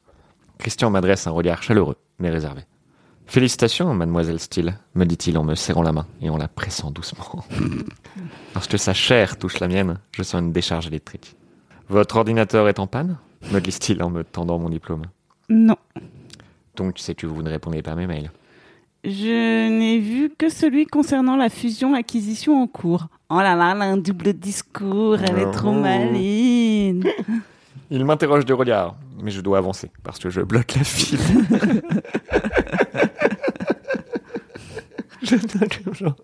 B: Christian m'adresse un regard chaleureux, mais réservé. Félicitations, mademoiselle Steele, me dit-il en me serrant la main et en la pressant doucement. Lorsque sa chair touche la mienne, je sens une décharge électrique. Votre ordinateur est en panne me glisse-t-il en me tendant mon diplôme.
A: Non,
B: Donc, tu sais que vous ne répondez pas à mes mails.
A: je n'ai vu que celui concernant la fusion-acquisition en cours. Oh là là, elle a un double discours, elle est trop
B: Oh.
A: maligne.
B: Il m'interroge de regard, mais je dois avancer parce que je bloque la file. J'aime bien comme genre.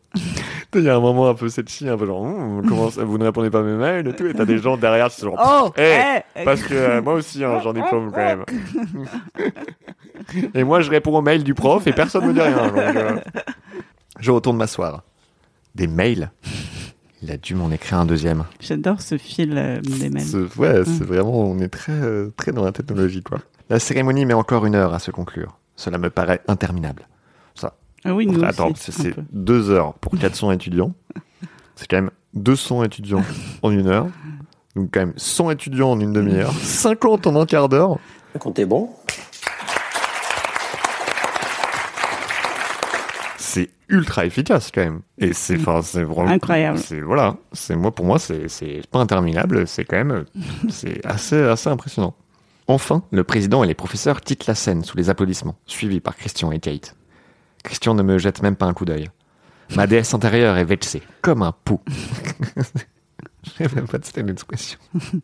B: Il y a un moment un peu sexy, un peu genre, Hum, comment ça, vous ne répondez pas à mes mails et tout, et t'as des gens derrière, c'est genre,
A: Oh,
B: Eh,
A: eh,
B: parce que euh, moi aussi, hein, j'ai un diplôme quand même. et moi, je réponds aux mails du prof et personne ne me dit rien. donc, euh, Je retourne m'asseoir. Des mails Il a dû m'en écrire un deuxième.
A: J'adore ce fil euh, des mêmes.
B: C'est- Ouais, c'est vraiment, on est très, euh, très dans la technologie, quoi. La cérémonie met encore une heure à se conclure. Cela me paraît interminable.
A: Ah oui, nous
B: Attends,
A: aussi,
B: c'est
A: un
B: c'est
A: peu.
B: deux heures pour 400 étudiants. C'est quand même 200 étudiants en une heure. Donc quand même 100 étudiants en une demi-heure, 50 en un quart d'heure.
D: Quand t'es bon,
B: C'est ultra efficace quand même. Et c'est, enfin, c'est vraiment
A: Incroyable.
B: C'est voilà, c'est moi pour moi c'est c'est pas interminable, c'est quand même c'est assez assez impressionnant. Enfin, le président et les professeurs quittent la scène sous les applaudissements, suivis par Christian et Kate. Christian ne me jette même pas un coup d'œil. Ma déesse intérieure est vexée, comme un pou. J'aime même pas de cette expression.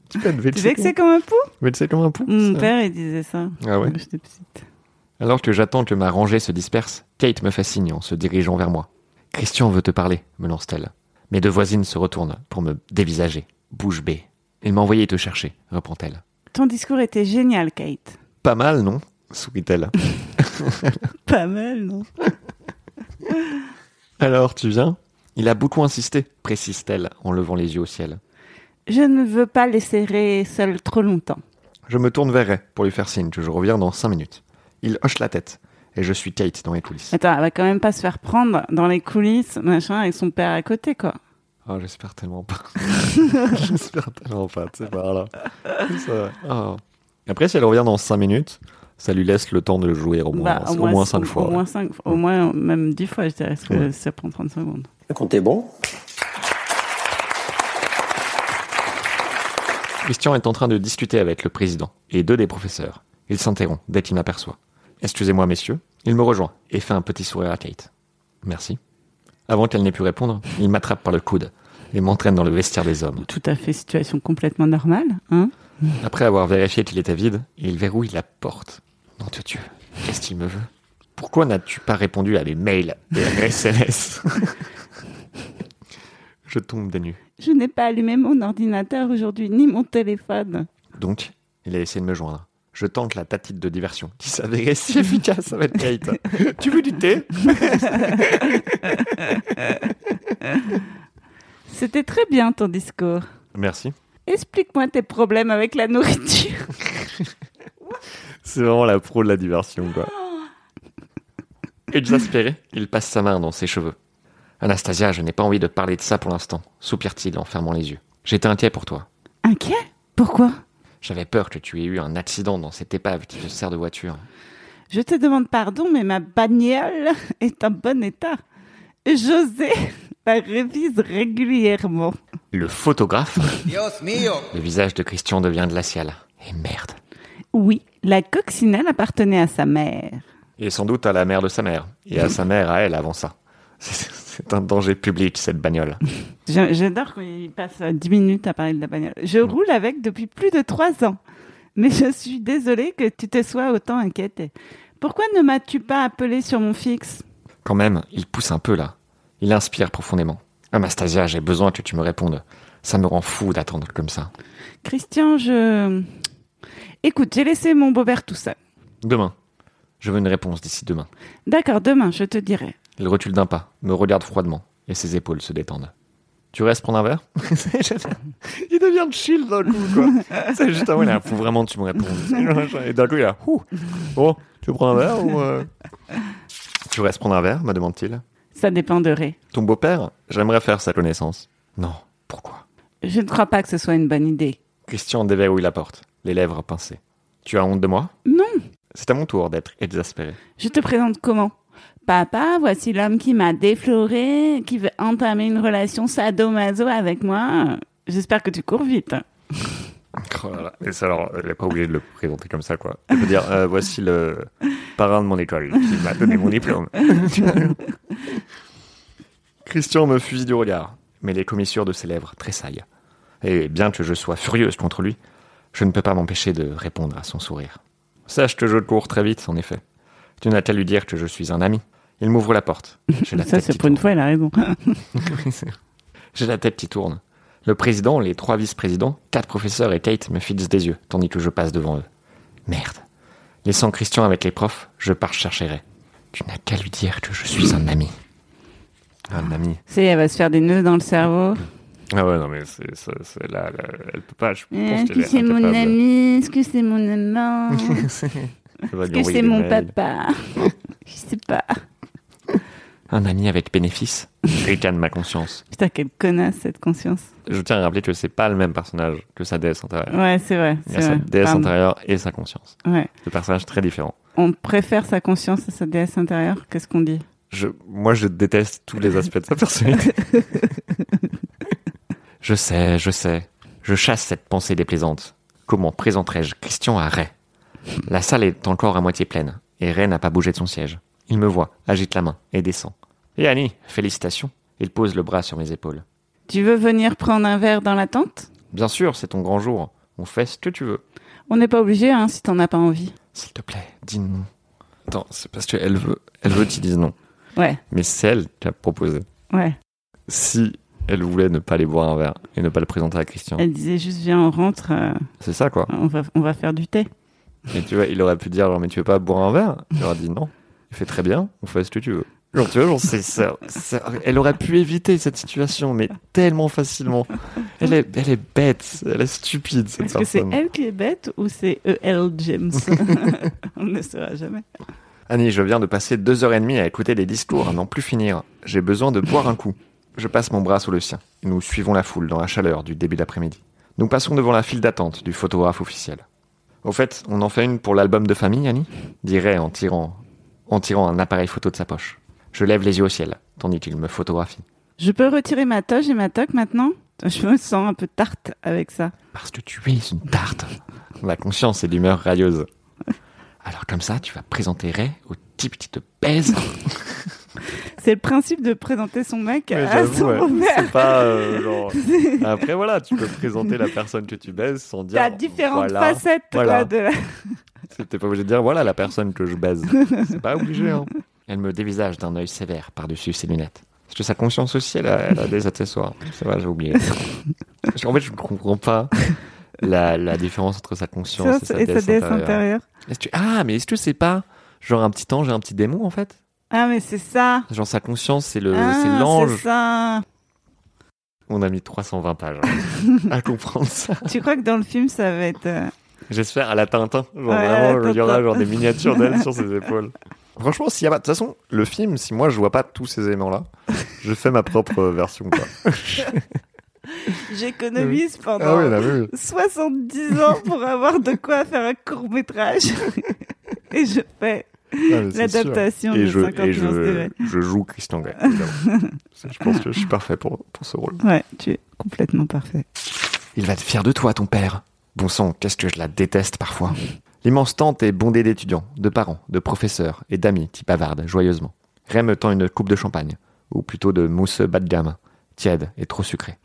B: Tu Mm, peux être
A: Tu
B: vexé
A: sais que c'est comme un pou
B: comme- vexé comme un pou
A: Mon
B: ça
A: père, il disait ça
B: Ah ouais
A: quand j'étais petite.
B: alors que j'attends que ma rangée se disperse, Kate me fait signe en se dirigeant vers moi. Christian veut te parler, me lance-t-elle. Mes deux voisines se retournent pour me dévisager, bouche bée. Il m'a envoyé te chercher, reprend-elle.
A: Ton discours était génial, Kate.
B: Pas mal, non sourit-elle.
A: Pas mal, non
B: Alors, tu viens Il a beaucoup insisté, précise-t-elle en levant les yeux au ciel.
A: Je ne veux pas les serrer seuls trop longtemps.
B: Je me tourne vers Ray pour lui faire signe que je reviens dans cinq minutes. Il hoche la tête, et je suis Kate dans les coulisses.
A: Attends, elle va quand même pas se faire prendre dans les coulisses, machin, avec son père à côté, quoi. Ah.
B: Oh, j'espère tellement pas. j'espère tellement pas, tu sais, par là. Ça, oh. Après, si elle revient dans 5 minutes, ça lui laisse le temps de jouer au moins,
A: Bah,
B: au moins 5
A: au-
B: fois.
A: Au moins cinq, au moins même 10 fois, je dirais, parce que
B: Ouais.
A: ça prend 30 secondes.
D: quand t'es bon,
B: Christian est en train de discuter avec le président et deux des professeurs. Il s'interrompt dès qu'il m'aperçoit. Excusez-moi, messieurs. Il me rejoint et fait un petit sourire à Kate. Merci. Avant qu'elle n'ait pu répondre, il m'attrape par le coude et m'entraîne dans le vestiaire des hommes.
A: Tout à fait situation complètement normale, hein
B: Après avoir vérifié qu'il était vide, il verrouille la porte. Nom de Dieu, qu'est-ce qu'il me veut Pourquoi n'as-tu pas répondu à mes mails et à mes SMS Je tombe des nues.
A: Je n'ai pas allumé mon ordinateur aujourd'hui, ni mon téléphone.
B: Donc, il a essayé de me joindre. Je tente la tatite de diversion, qui s'avérait si efficace avec Kate. tu veux du thé
A: C'était très bien ton discours.
B: Merci.
A: Explique-moi tes problèmes avec la nourriture.
B: C'est vraiment la pro de la diversion, quoi. Exaspéré, il passe sa main dans ses cheveux. Anastasia, je n'ai pas envie de parler de ça pour l'instant, soupire-t-il en fermant les yeux. J'étais inquiet pour toi.
A: Inquiet Pourquoi
B: J'avais peur que tu aies eu un accident dans cette épave qui te sert de voiture.
A: Je te demande pardon, mais ma bagnole est en bon état. José la révise régulièrement.
B: Le photographe
D: Dios mío.
B: Le visage de Christian devient glacial. Et merde.
A: Oui, la coccinelle appartenait à sa mère.
B: Et sans doute à la mère de sa mère. Et à sa mère à elle avant ça. C'est c'est un danger public, cette bagnole.
A: J'a- J'adore quand il passe euh, 10 minutes à parler de la bagnole. Je roule avec depuis plus de 3 ans. Mais je suis désolée que tu te sois autant inquiétée. Pourquoi ne m'as-tu pas appelé sur mon fixe
B: Quand même, il pousse un peu là. Il inspire profondément. Anastasia, j'ai besoin que tu me répondes. Ça me rend fou d'attendre comme ça.
A: Christian, je... Écoute, j'ai laissé mon beau-père tout seul.
B: Demain. Je veux une réponse d'ici demain.
A: D'accord, demain, je te dirai.
B: Il recule d'un pas, me regarde froidement, et ses épaules se détendent. Tu restes prendre un verre Il devient chill d'un Oh, coup, quoi. C'est juste, ah ouais, là, faut vraiment que tu me répondes. Et d'un coup, il a, ouh, oh, tu veux prendre un verre ou. euh Tu restes prendre un verre, me demande-t-il.
A: Ça dépendrait.
B: Ton beau-père, j'aimerais faire sa connaissance. Non, pourquoi
A: Je ne crois pas que ce soit une bonne idée.
B: Christian déverrouille la porte, les lèvres pincées. Tu as honte de moi
A: Non.
B: C'est à mon tour d'être exaspéré.
A: Je te présente comment Papa, voici l'homme qui m'a défloré, qui veut entamer une relation sadomaso avec moi. J'espère que tu cours vite. hein.
B: Oh là là. Et ça, alors, elle n'est pas obligée de le présenter comme ça, quoi. Elle peut dire, euh, voici le parrain de mon école qui m'a donné mon diplôme. Christian me fusille du regard, mais les commissures de ses lèvres tressaillent. Et bien que je sois furieuse contre lui, je ne peux pas m'empêcher de répondre à son sourire. Sache que je cours très vite, en effet. Tu n'as qu'à lui dire que je suis un ami. Il m'ouvre la porte. J'ai la
A: Ça,
B: tête
A: c'est
B: qui
A: pour une
B: tourne.
A: fois, il a raison.
B: J'ai la tête qui tourne. Le président, les trois vice-présidents, quatre professeurs et Kate me fixent des yeux, tandis que je passe devant eux. Merde. Laissant Christian avec les profs, je pars chercher Ray. Tu n'as qu'à lui dire que je suis un ami. Un ami
A: C'est, elle va se faire des nœuds dans le cerveau.
B: Ah ouais, non mais c'est, ça, c'est là, là, elle peut pas, je pense
A: Est-ce
B: qu'elle
A: que
B: est
A: Eh, c'est mon
B: incapable.
A: ami Est-ce que c'est mon amant
B: Elle
A: Est-ce
B: va lui
A: que
B: envoyer
A: c'est
B: des
A: mon
B: mails.
A: papa Je sais pas.
B: Un ami avec bénéfice Ricane ma conscience.
A: Putain, quelle connasse cette conscience.
B: Je tiens à rappeler que c'est pas le même personnage que sa déesse intérieure.
A: Ouais, c'est vrai.
B: Il y
A: c'est
B: a sa
A: vrai.
B: déesse
A: Pardon.
B: intérieure et sa conscience.
A: Ouais.
B: Deux personnages très différents.
A: On préfère sa conscience à sa déesse intérieure. Qu'est-ce qu'on dit
B: Je- moi, je déteste tous les aspects de sa personnalité. je sais, je sais. Je chasse cette pensée déplaisante. Comment présenterai-je Christian à Ray La salle est encore à moitié pleine, et Ray n'a pas bougé de son siège. Il me voit, agite la main, et descend. Et Annie, félicitations. Il pose le bras sur mes épaules.
A: Tu veux venir prendre un verre dans la tente
B: Bien sûr, c'est ton grand jour. On fait ce que tu veux.
A: On n'est pas obligé hein, si t'en as pas envie.
B: S'il te plaît, dis non. Attends, c'est parce qu'elle veut, elle veut qu'ils disent non.
A: Ouais,
B: Mais c'est elle qui a proposé.
A: ouais.
B: si elle voulait ne pas aller boire un verre et ne pas le présenter à Christian.
A: Elle disait juste viens, on rentre, euh,
B: C'est ça, quoi.
A: on, va, on va faire du thé.
B: Et tu vois, il aurait pu dire, genre, mais tu veux pas boire un verre Il aurait dit non. Il fait très bien, on fait ce que tu veux. Genre, tu vois, genre, c'est ça. ça- Elle aurait pu éviter cette situation, mais tellement facilement. Elle est, elle est bête, elle est stupide, cette
A: Est-ce que c'est
B: personne.
A: elle qui est bête ou c'est E.L. James On ne saura jamais.
B: Annie, je viens de passer deux heures et demie à écouter des discours, à n'en plus finir. J'ai besoin de boire un coup. Je passe mon bras sous le sien. Nous suivons la foule dans la chaleur du début d'après-midi. Nous passons devant la file d'attente du photographe officiel. Au fait, on en fait une pour l'album de famille, Annie dirait en tirant, en tirant un appareil photo de sa poche. Je lève les yeux au ciel, tandis qu'il me photographie.
A: Je peux retirer ma toge et ma toque maintenant Je me sens un peu tarte avec ça.
B: Parce que tu es une tarte. La conscience est d'humeur railleuse. Alors comme ça, tu vas présenter Ray au type qui te pèse.
A: C'est le principe de présenter son mec
B: Mais
A: à
B: j'avoue,
A: son
B: ouais.
A: beau-père.
B: C'est pas euh, genre. Après, voilà, tu peux présenter la personne que tu baises sans dire.
A: T'as différentes
B: voilà.
A: facettes quoi,
B: voilà.
A: de...
B: C'est- T'es pas obligé de dire voilà la personne que je baise. C'est pas obligé. hein. Elle me dévisage d'un œil sévère par-dessus ses lunettes. Parce que sa conscience aussi, elle a, elle a des accessoires. C'est vrai, j'ai oublié. Parce qu'en fait, je ne comprends pas la, la différence entre sa conscience et sa,
A: et sa
B: déesse
A: déesse
B: intérieure.
A: intérieure.
B: Est-ce que- Ah, mais est-ce que c'est pas genre un petit ange et un petit démon en fait
A: Ah, mais c'est ça
B: Genre sa conscience, c'est le-
A: Ah,
B: Euh, c'est l'ange.
A: c'est ça
B: On a mis 320 pages hein, à comprendre ça.
A: Tu crois que dans le film, ça va être... euh,
B: J'espère à la Tintin. Genre
A: Ouais, à la
B: vraiment, il y aura
A: Tintin.
B: genre des miniatures d'elle sur ses épaules. Franchement, s'il y a pas. De toute façon, le film, si moi je vois pas tous ces éléments-là, je fais ma propre euh, version. Quoi.
A: J'économise pendant
E: Ah oui, là, oui.
A: 70 ans pour avoir de quoi faire un court métrage. Et je fais
E: Ah, mais c'est sûr.
A: l'adaptation de
E: Et, je,
A: 50
E: et
A: nuances degrés.
E: je, je joue Christian Grey. évidemment. Parce que je pense que je suis parfait pour, pour ce rôle.
A: Ouais, tu es complètement parfait.
E: Il va te fier de toi, ton père. Bon sang, qu'est-ce que je la déteste parfois. L'immense tente est bondée d'étudiants, de parents, de professeurs et d'amis qui bavardent joyeusement. Ray me tend une coupe de champagne, ou plutôt de mousseux bas de gamme, tiède et trop sucré.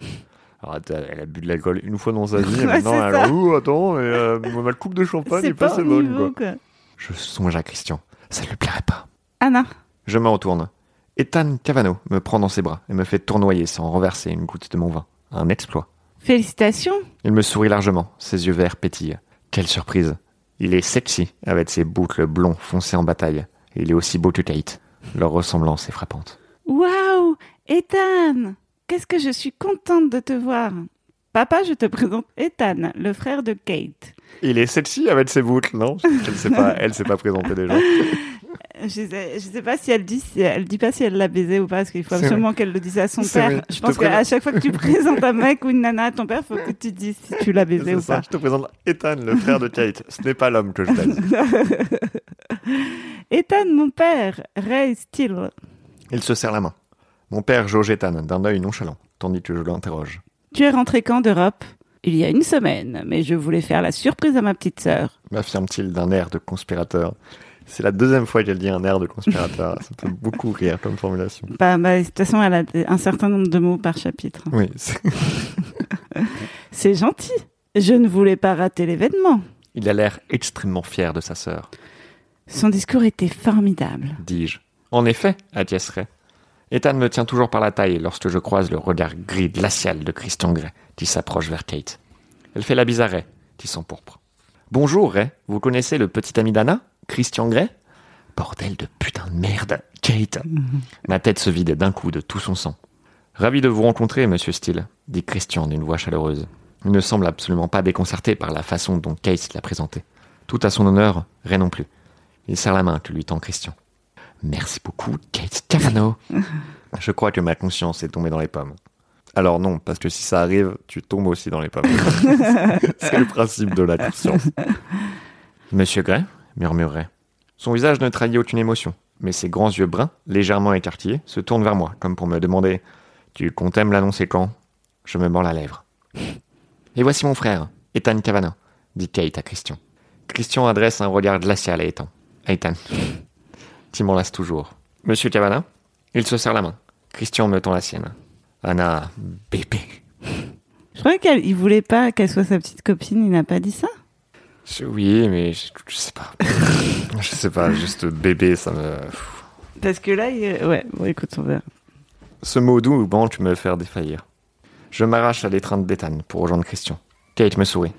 E: Alors, attends, elle a bu de l'alcool une fois dans sa vie, et
A: Ouais,
E: maintenant
A: c'est
E: elle
A: ça.
E: ouh, attends, mais, euh, ma coupe de champagne est pas assez
A: au
E: bonne,
A: niveau,
E: quoi.
A: quoi.
E: Je songe à Christian, ça lui plairait pas.
A: Anna,
E: Je me retourne. Ethan Cavano me prend dans ses bras et me fait tournoyer sans renverser une goutte de mon vin. Un exploit.
A: félicitations.
E: Il me sourit largement, ses yeux verts pétillent. Quelle surprise. Il est sexy, avec ses boucles blonds foncés en bataille. Et il est aussi beau que Kate. Leur ressemblance est frappante.
A: Waouh, Ethan, qu'est-ce que je suis contente de te voir. Papa, je te présente Ethan, le frère de Kate.
E: Il est sexy avec ses boucles, non Elle s'est pas, elle s'est pas présentée déjà.
A: Je sais, je sais pas si elle dit, si elle dit pas si elle l'a baisé ou pas, parce qu'il faut
E: C'est
A: absolument qu'elle le dise à son
E: C'est
A: père.
E: vrai. Je
A: Je
E: te
A: pense qu'à
E: présente-
A: chaque fois que tu présentes un mec ou une nana à ton père, faut que tu dises si tu l'as baisé ou pas.
E: Je te présente Ethan, le frère de Kate. Ce n'est pas l'homme que je baise.
A: Ethan, mon père, Ray Steele.
E: Il se serre la main. Mon père jauge Ethan d'un œil nonchalant, tandis que je l'interroge.
A: Tu es rentré quand d'Europe Il y a une semaine, mais je voulais faire la surprise à ma petite sœur.
E: m'affirme-t-il d'un air de conspirateur. C'est la deuxième fois qu'elle dit un air de conspirateur. Ça peut beaucoup rire comme formulation.
A: Bah, bah, de toute façon, elle a des- un certain nombre de mots par chapitre.
E: Oui, c'est-
A: C'est gentil. Je ne voulais pas rater l'événement.
E: il a l'air extrêmement fier de sa sœur,
A: Son discours était formidable.
E: dis-je. En effet, acquiescerait. Ethan me tient toujours par la taille lorsque je croise le regard gris glacial de Christian Grey qui s'approche vers Kate. Elle fait la bise à Ray, qui s'empourpre. Bonjour Ray, vous connaissez le petit ami d'Anna Christian Grey Bordel de putain de merde, Kate Ma tête se vide d'un coup de tout son sang. Ravi de vous rencontrer, monsieur Steele, dit Christian d'une voix chaleureuse. Il ne semble absolument pas déconcerté par la façon dont Kate l'a présenté. Tout à son honneur, Ray non plus. Il serre la main que lui tend Christian. Merci beaucoup, Kate Cavano. Je crois que ma conscience est tombée dans les pommes. Alors non, parce que si ça arrive, tu tombes aussi dans les pommes. C'est le principe de la conscience. Monsieur Gray murmurait. Son visage ne trahit aucune émotion, mais ses grands yeux bruns, légèrement écarquillés, se tournent vers moi, comme pour me demander Tu comptais me l'annoncer quand Je me mords la lèvre. Et voici mon frère, Ethan Cavana, dit Kate à Christian. Christian adresse un regard glacial à Ethan. À Ethan. Qui m'en lasse toujours. Monsieur Cavana Il se serre la main. Christian me tend la sienne. Anna, bébé.
A: Je croyais qu'il voulait pas qu'elle soit sa petite copine, il n'a pas dit ça
E: Je- Oui, mais je, je sais pas. je sais pas, juste bébé, ça me.
A: Parce que là, il- ouais, bon, écoute, on verra.
E: Ce mot doux banque me faire défaillir. Je m'arrache à l'étreinte d'Ethan pour rejoindre Christian. Kate me sourit.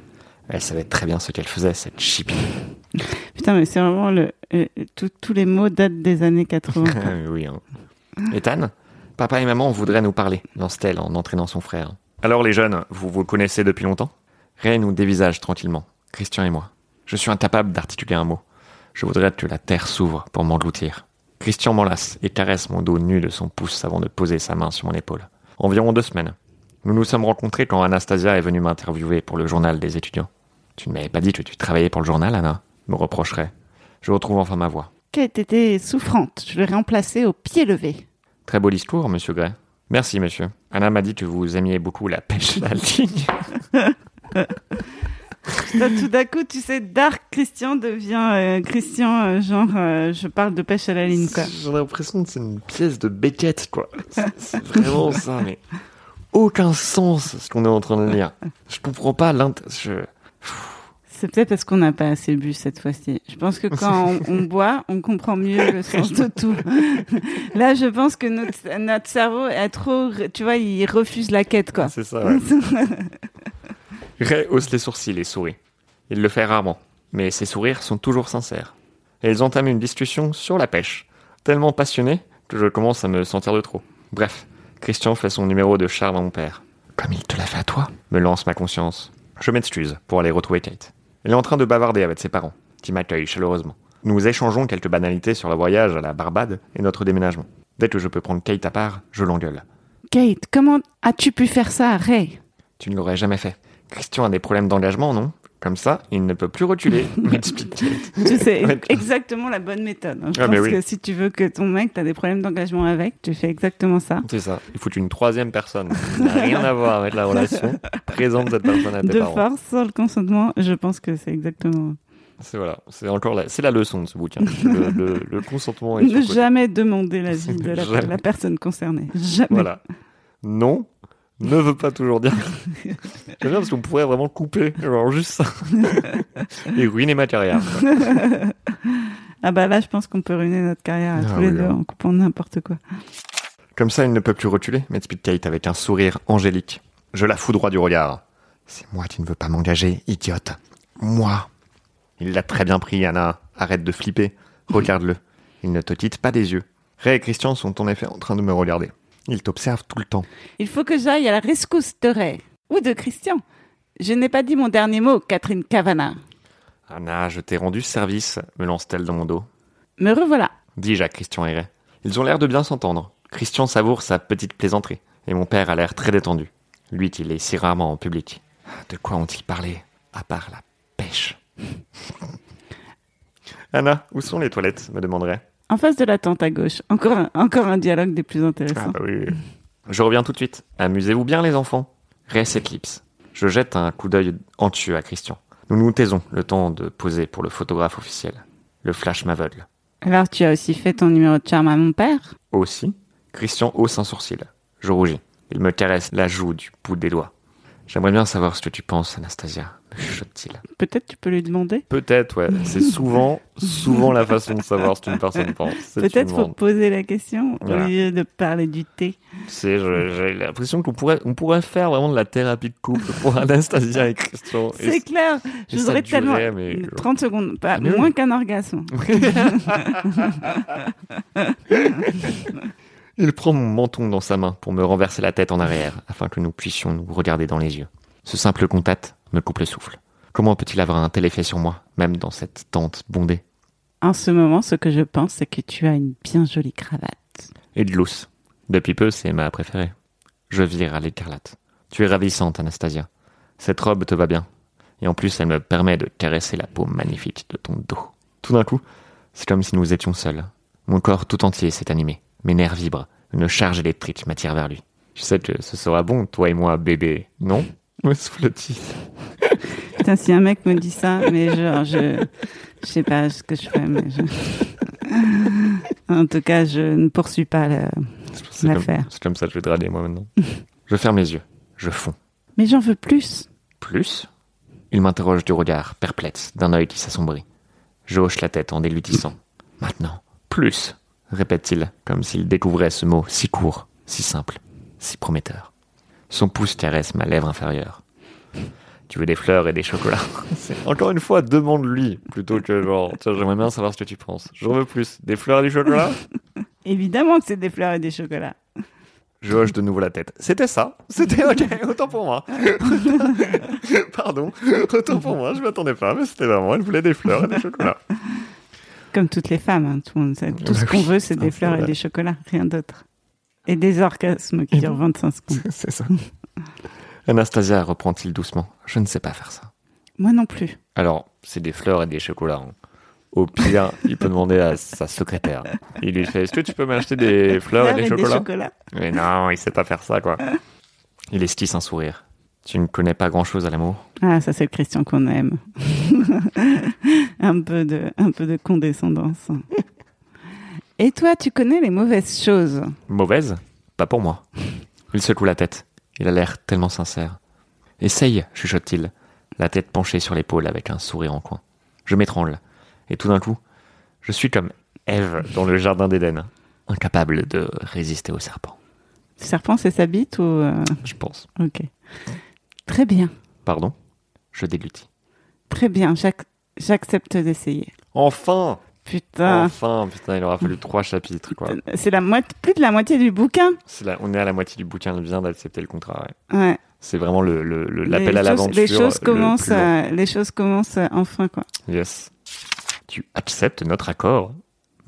E: Elle savait très bien ce qu'elle faisait, cette chipie.
A: Putain, mais c'est vraiment le. euh, tout- tous les mots datent des années 80.
E: Ah oui. hein. Ethan, papa et maman voudraient nous parler, lance-t-elle en entraînant son frère. Alors les jeunes, vous vous connaissez depuis longtemps Ray nous dévisage tranquillement, Christian et moi. Je suis incapable d'articuler un mot. Je voudrais que la terre s'ouvre pour m'engloutir. Christian m'enlace et caresse mon dos nu de son pouce avant de poser sa main sur mon épaule. Environ deux semaines. Nous nous sommes rencontrés quand Anastasia est venue m'interviewer pour le journal des étudiants. Tu ne m'avais pas dit que tu travaillais pour le journal, Anna me reprocherait. Je retrouve enfin ma voix.
A: Kate était souffrante, je l'ai remplacée au pied levé.
E: Très beau discours, monsieur Gray. Merci, monsieur. Anna m'a dit que vous aimiez beaucoup la pêche à la ligne.
A: Putain, tout d'un coup, tu sais, Dark Christian devient euh, Christian, euh, genre, euh, je parle de pêche à la ligne, quoi.
E: J'ai l'impression que c'est une pièce de Beckett, quoi. C'est- C'est vraiment ça, mais aucun sens ce qu'on est en train de lire. Je comprends pas l'int... je-
A: C'est peut-être parce qu'on n'a pas assez bu cette fois-ci. Je pense que quand on, on boit, on comprend mieux le sens de tout. Là, je pense que notre, notre cerveau est trop, tu vois, il refuse la quête, quoi.
E: C'est ça, ouais. Ray hausse les sourcils et sourit. Il le fait rarement, mais ses sourires sont toujours sincères. Et ils entament une discussion sur la pêche, tellement passionnée que je commence à me sentir de trop. Bref, Christian fait son numéro de charme à mon père. Comme il te l'a fait à toi me lance ma conscience. Je m'excuse pour aller retrouver Kate. Elle est en train de bavarder avec ses parents, qui m'accueillent chaleureusement. Nous échangeons quelques banalités sur le voyage à la Barbade et notre déménagement. Dès que je peux prendre Kate à part, je l'engueule.
A: Kate, comment as-tu pu faire ça, Ray
E: Tu ne l'aurais jamais fait. Christian a des problèmes d'engagement, non Comme ça, il ne peut plus reculer, m'explique Kate.
A: Tu sais
E: Ouais.
A: exactement la bonne méthode. hein. Je
E: Ah, mais
A: pense
E: oui.
A: que si tu veux que ton mec, t'as des problèmes d'engagement avec, tu fais exactement ça.
E: C'est ça. Il faut une troisième personne. Ça n'a rien à voir avec la relation. Présente cette personne à tes
A: De
E: parents.
A: force, sans le consentement, je pense que c'est exactement.
E: C'est voilà. C'est encore la, c'est la leçon de ce bouquin. Le, le- le consentement est
A: Ne
E: surcoté.
A: jamais demander l'avis de la,
E: Jamais.
A: la personne concernée. Jamais.
E: Voilà. Non ne veut pas toujours dire. J'aime bien parce qu'on pourrait vraiment couper, genre juste ça. Et ruiner ma carrière.
A: Ah bah là, je pense qu'on peut ruiner notre carrière à
E: Ah
A: tous les
E: oui,
A: deux
E: hein.
A: en coupant n'importe quoi.
E: Comme ça, il ne peut plus reculer, m'explique Kate avec un sourire angélique. Je la foudroie du regard. C'est moi qui ne veux pas m'engager, idiote. Moi. Il l'a très bien pris, Anna. Arrête de flipper. Regarde-le. Il ne te quitte pas des yeux. Ray et Christian sont en effet en train de me regarder. Ils t'observent tout le temps.
A: Il faut que j'aille à la rescousse de Ray ou de Christian. Je n'ai pas dit mon dernier mot, Catherine Cavana.
E: Anna, je t'ai rendu service, me lance-t-elle dans mon dos.
A: Me revoilà.
E: dis-je à Christian et Ray. Ils ont l'air de bien s'entendre. Christian savoure sa petite plaisanterie, et mon père a l'air très détendu. Lui qui l'est si rarement en public. De quoi ont-ils parlé, à part la pêche Anna, où sont les toilettes me demanderait.
A: En face de la tente à gauche. Encore un, encore un dialogue des plus intéressants.
E: Ah, bah oui. Je reviens tout de suite. Amusez-vous bien, les enfants. Ray s'éclipse. Je jette un coup d'œil anxieux à Christian. Nous nous taisons, le temps de poser pour le photographe officiel. Le flash m'aveugle.
A: Alors, tu as aussi fait ton numéro de charme à mon père
E: Aussi, Christian hausse un sourcil. Je rougis. Il me caresse la joue du bout des doigts. J'aimerais bien savoir ce que tu penses, Anastasia, me chuchote-t-il.
A: Peut-être tu peux lui demander.
E: Peut-être, ouais. C'est souvent, souvent la façon de savoir ce qu'une personne pense. C'est une
A: Peut-être faut
E: demande.
A: poser la question
E: Voilà.
A: au lieu de parler du thé.
E: C'est- je- J'ai l'impression qu'on pourrait, on pourrait faire vraiment de la thérapie de couple pour Anastasia et Christian. Et
A: C'est clair. Je
E: ça
A: voudrais tellement.
E: durerait, mais genre-
A: 30 secondes, pas,
E: Ah, mais oui.
A: moins qu'un orgasme.
E: Il prend mon menton dans sa main pour me renverser la tête en arrière, afin que nous puissions nous regarder dans les yeux. Ce simple contact me coupe le souffle. Comment peut-il avoir un tel effet sur moi, même dans cette tente bondée
A: En ce moment, ce que je pense, c'est que tu as une bien jolie cravate.
E: Et de l'ousse. Depuis peu, c'est ma préférée. Je vire à l'écarlate. Tu es ravissante, Anastasia. Cette robe te va bien. Et en plus, elle me permet de caresser la peau magnifique de ton dos. Tout d'un coup, c'est comme si nous étions seuls. Mon corps tout entier s'est animé. Mes nerfs vibrent. Une charge électrique m'attire vers lui. Je sais que ce sera bon, toi et moi, bébé. Non Me souffle-t-il.
A: Putain, si un mec me dit ça, mais genre, je. Je sais pas ce que je fais, mais je. En tout cas, je ne poursuis pas le.
E: C'est comme,
A: L'affaire.
E: c'est comme ça que je vais draguer, moi, maintenant. je ferme les yeux. Je fonds.
A: Mais j'en veux plus.
E: Plus Il m'interroge du regard, perplexe, d'un œil qui s'assombrit. Je hoche la tête en délutissant. Maintenant, plus répète-t-il, comme s'il découvrait ce mot si court, si simple, si prometteur. Son pouce caresse ma lèvre inférieure. Tu veux des fleurs et des chocolats C'est- Encore une fois, demande-lui, plutôt que genre, tiens, j'aimerais bien savoir ce que tu penses. J'en veux plus. Des fleurs et du chocolat
A: Évidemment que c'est des fleurs et des chocolats.
E: Je hoche de nouveau la tête. C'était ça. C'était ok. Autant pour moi. Pardon. Autant pour moi. Je m'attendais pas, mais c'était vraiment. Elle voulait des fleurs et des chocolats.
A: Comme toutes les femmes, hein, tout, le monde sait. Tout ce
E: Bah
A: qu'on
E: oui,
A: veut, c'est des
E: putain, c'est
A: fleurs et
E: vrai.
A: des chocolats, rien d'autre. Et des orgasmes qui
E: Et
A: durent 25 secondes.
E: C'est ça. Anastasia reprend-il doucement. Je ne sais pas faire ça.
A: Moi non plus.
E: Alors, c'est des fleurs et des chocolats. hein. Au pire, il peut demander à sa secrétaire. Il lui fait Est-ce que tu peux m'acheter des fleurs et des chocolats Mais non, il sait pas faire ça, quoi. Il esquisse un sourire. Tu ne connais pas grand-chose à l'amour
A: Ah, ça c'est le Christian qu'on aime. un, peu de, un peu de condescendance. Et toi, tu connais les mauvaises choses.
E: Mauvaise Pas pour moi. Il secoue la tête. Il a l'air tellement sincère. Essaye, chuchote-t-il, la tête penchée sur l'épaule avec un sourire en coin. Je m'étrangle. Et tout d'un coup, je suis comme Ève dans le jardin d'Éden, incapable de résister au serpent,
A: Le serpent, c'est sa bite ou... euh,
E: je pense.
A: Ok. Très bien,
E: Pardon Je déglutis.
A: très bien, j'ac- j'accepte d'essayer.
E: Enfin
A: Putain,
E: Enfin Putain, il aura fallu trois chapitres, quoi.
A: c'est la moitié, plus de la moitié du bouquin.
E: C'est la- on est à la moitié du bouquin, il vient d'accepter le contrat, ouais.
A: Ouais.
E: C'est vraiment le- le- le- l'appel
A: Les
E: à
A: choses-
E: l'aventure.
A: Les choses
E: le plus
A: commencent,
E: long.
A: euh, les choses commencent euh, enfin quoi.
E: Yes. Tu acceptes notre accord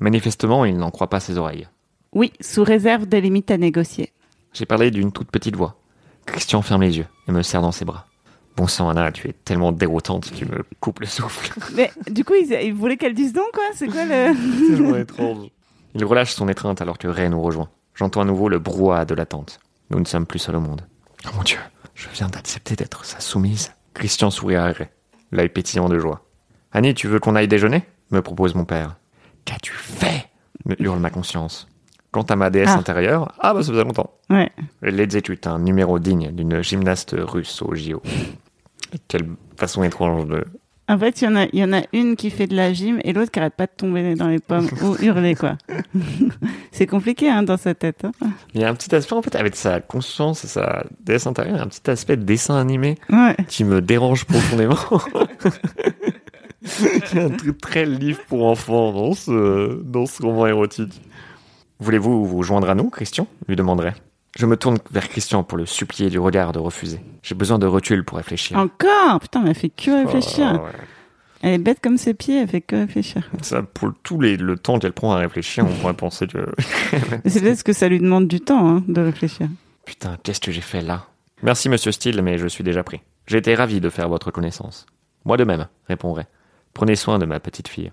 E: Manifestement, il n'en croit pas ses oreilles.
A: Oui, sous réserve des limites à négocier.
E: J'ai parlé d'une toute petite voix. Christian ferme les yeux et me serre dans ses bras. Bon sang, Anna, tu es tellement déroutante, tu me coupes le souffle.
A: Mais du coup, ils, ils voulaient qu'elle dise non, quoi. C'est quoi le.
E: C'est vraiment étrange. Il relâche son étreinte alors que Ray nous rejoint. J'entends à nouveau le brouhaha de l'attente. Nous ne sommes plus seuls au monde. Oh mon Dieu, je viens d'accepter d'être sa soumise. Christian sourit à Ray, l'œil pétillant de joie. Annie, tu veux qu'on aille déjeuner me propose mon père. Qu'as-tu fait me hurle ma conscience. Quant à ma déesse
A: Ah.
E: intérieure, ah bah ça faisait longtemps.
A: Ouais.
E: Les études, un numéro digne d'une gymnaste russe au JO. Quelle façon étrange de...
A: En fait, il y en a, il y en a une qui fait de la gym et l'autre qui arrête pas de tomber dans les pommes ou hurler, quoi. c'est compliqué, hein, dans sa tête. hein.
E: Il y a un petit aspect, en fait, avec sa conscience et sa déesse intérieure, il y a un petit aspect de dessin animé
A: Ouais.
E: qui me dérange profondément. Il y a un truc très livre pour enfants dans ce, dans ce roman érotique. Voulez-vous vous joindre à nous, Christian lui demanderai. Je me tourne vers Christian pour le supplier du regard de refuser. J'ai besoin de recul pour réfléchir.
A: Ah. Encore Putain, mais elle fait que réfléchir.
E: Oh, ouais.
A: Elle est bête comme ses pieds, elle fait que réfléchir.
E: Ça, pour le- tout les- le temps qu'elle prend à réfléchir, on pourrait penser que
A: Mais C'est peut-être que ça lui demande du temps hein, de réfléchir.
E: Putain, qu'est-ce que j'ai fait là Merci, monsieur Steele, mais je suis déjà pris. J'ai été ravi de faire votre connaissance. Moi de même, répond Ray. Prenez soin de ma petite fille.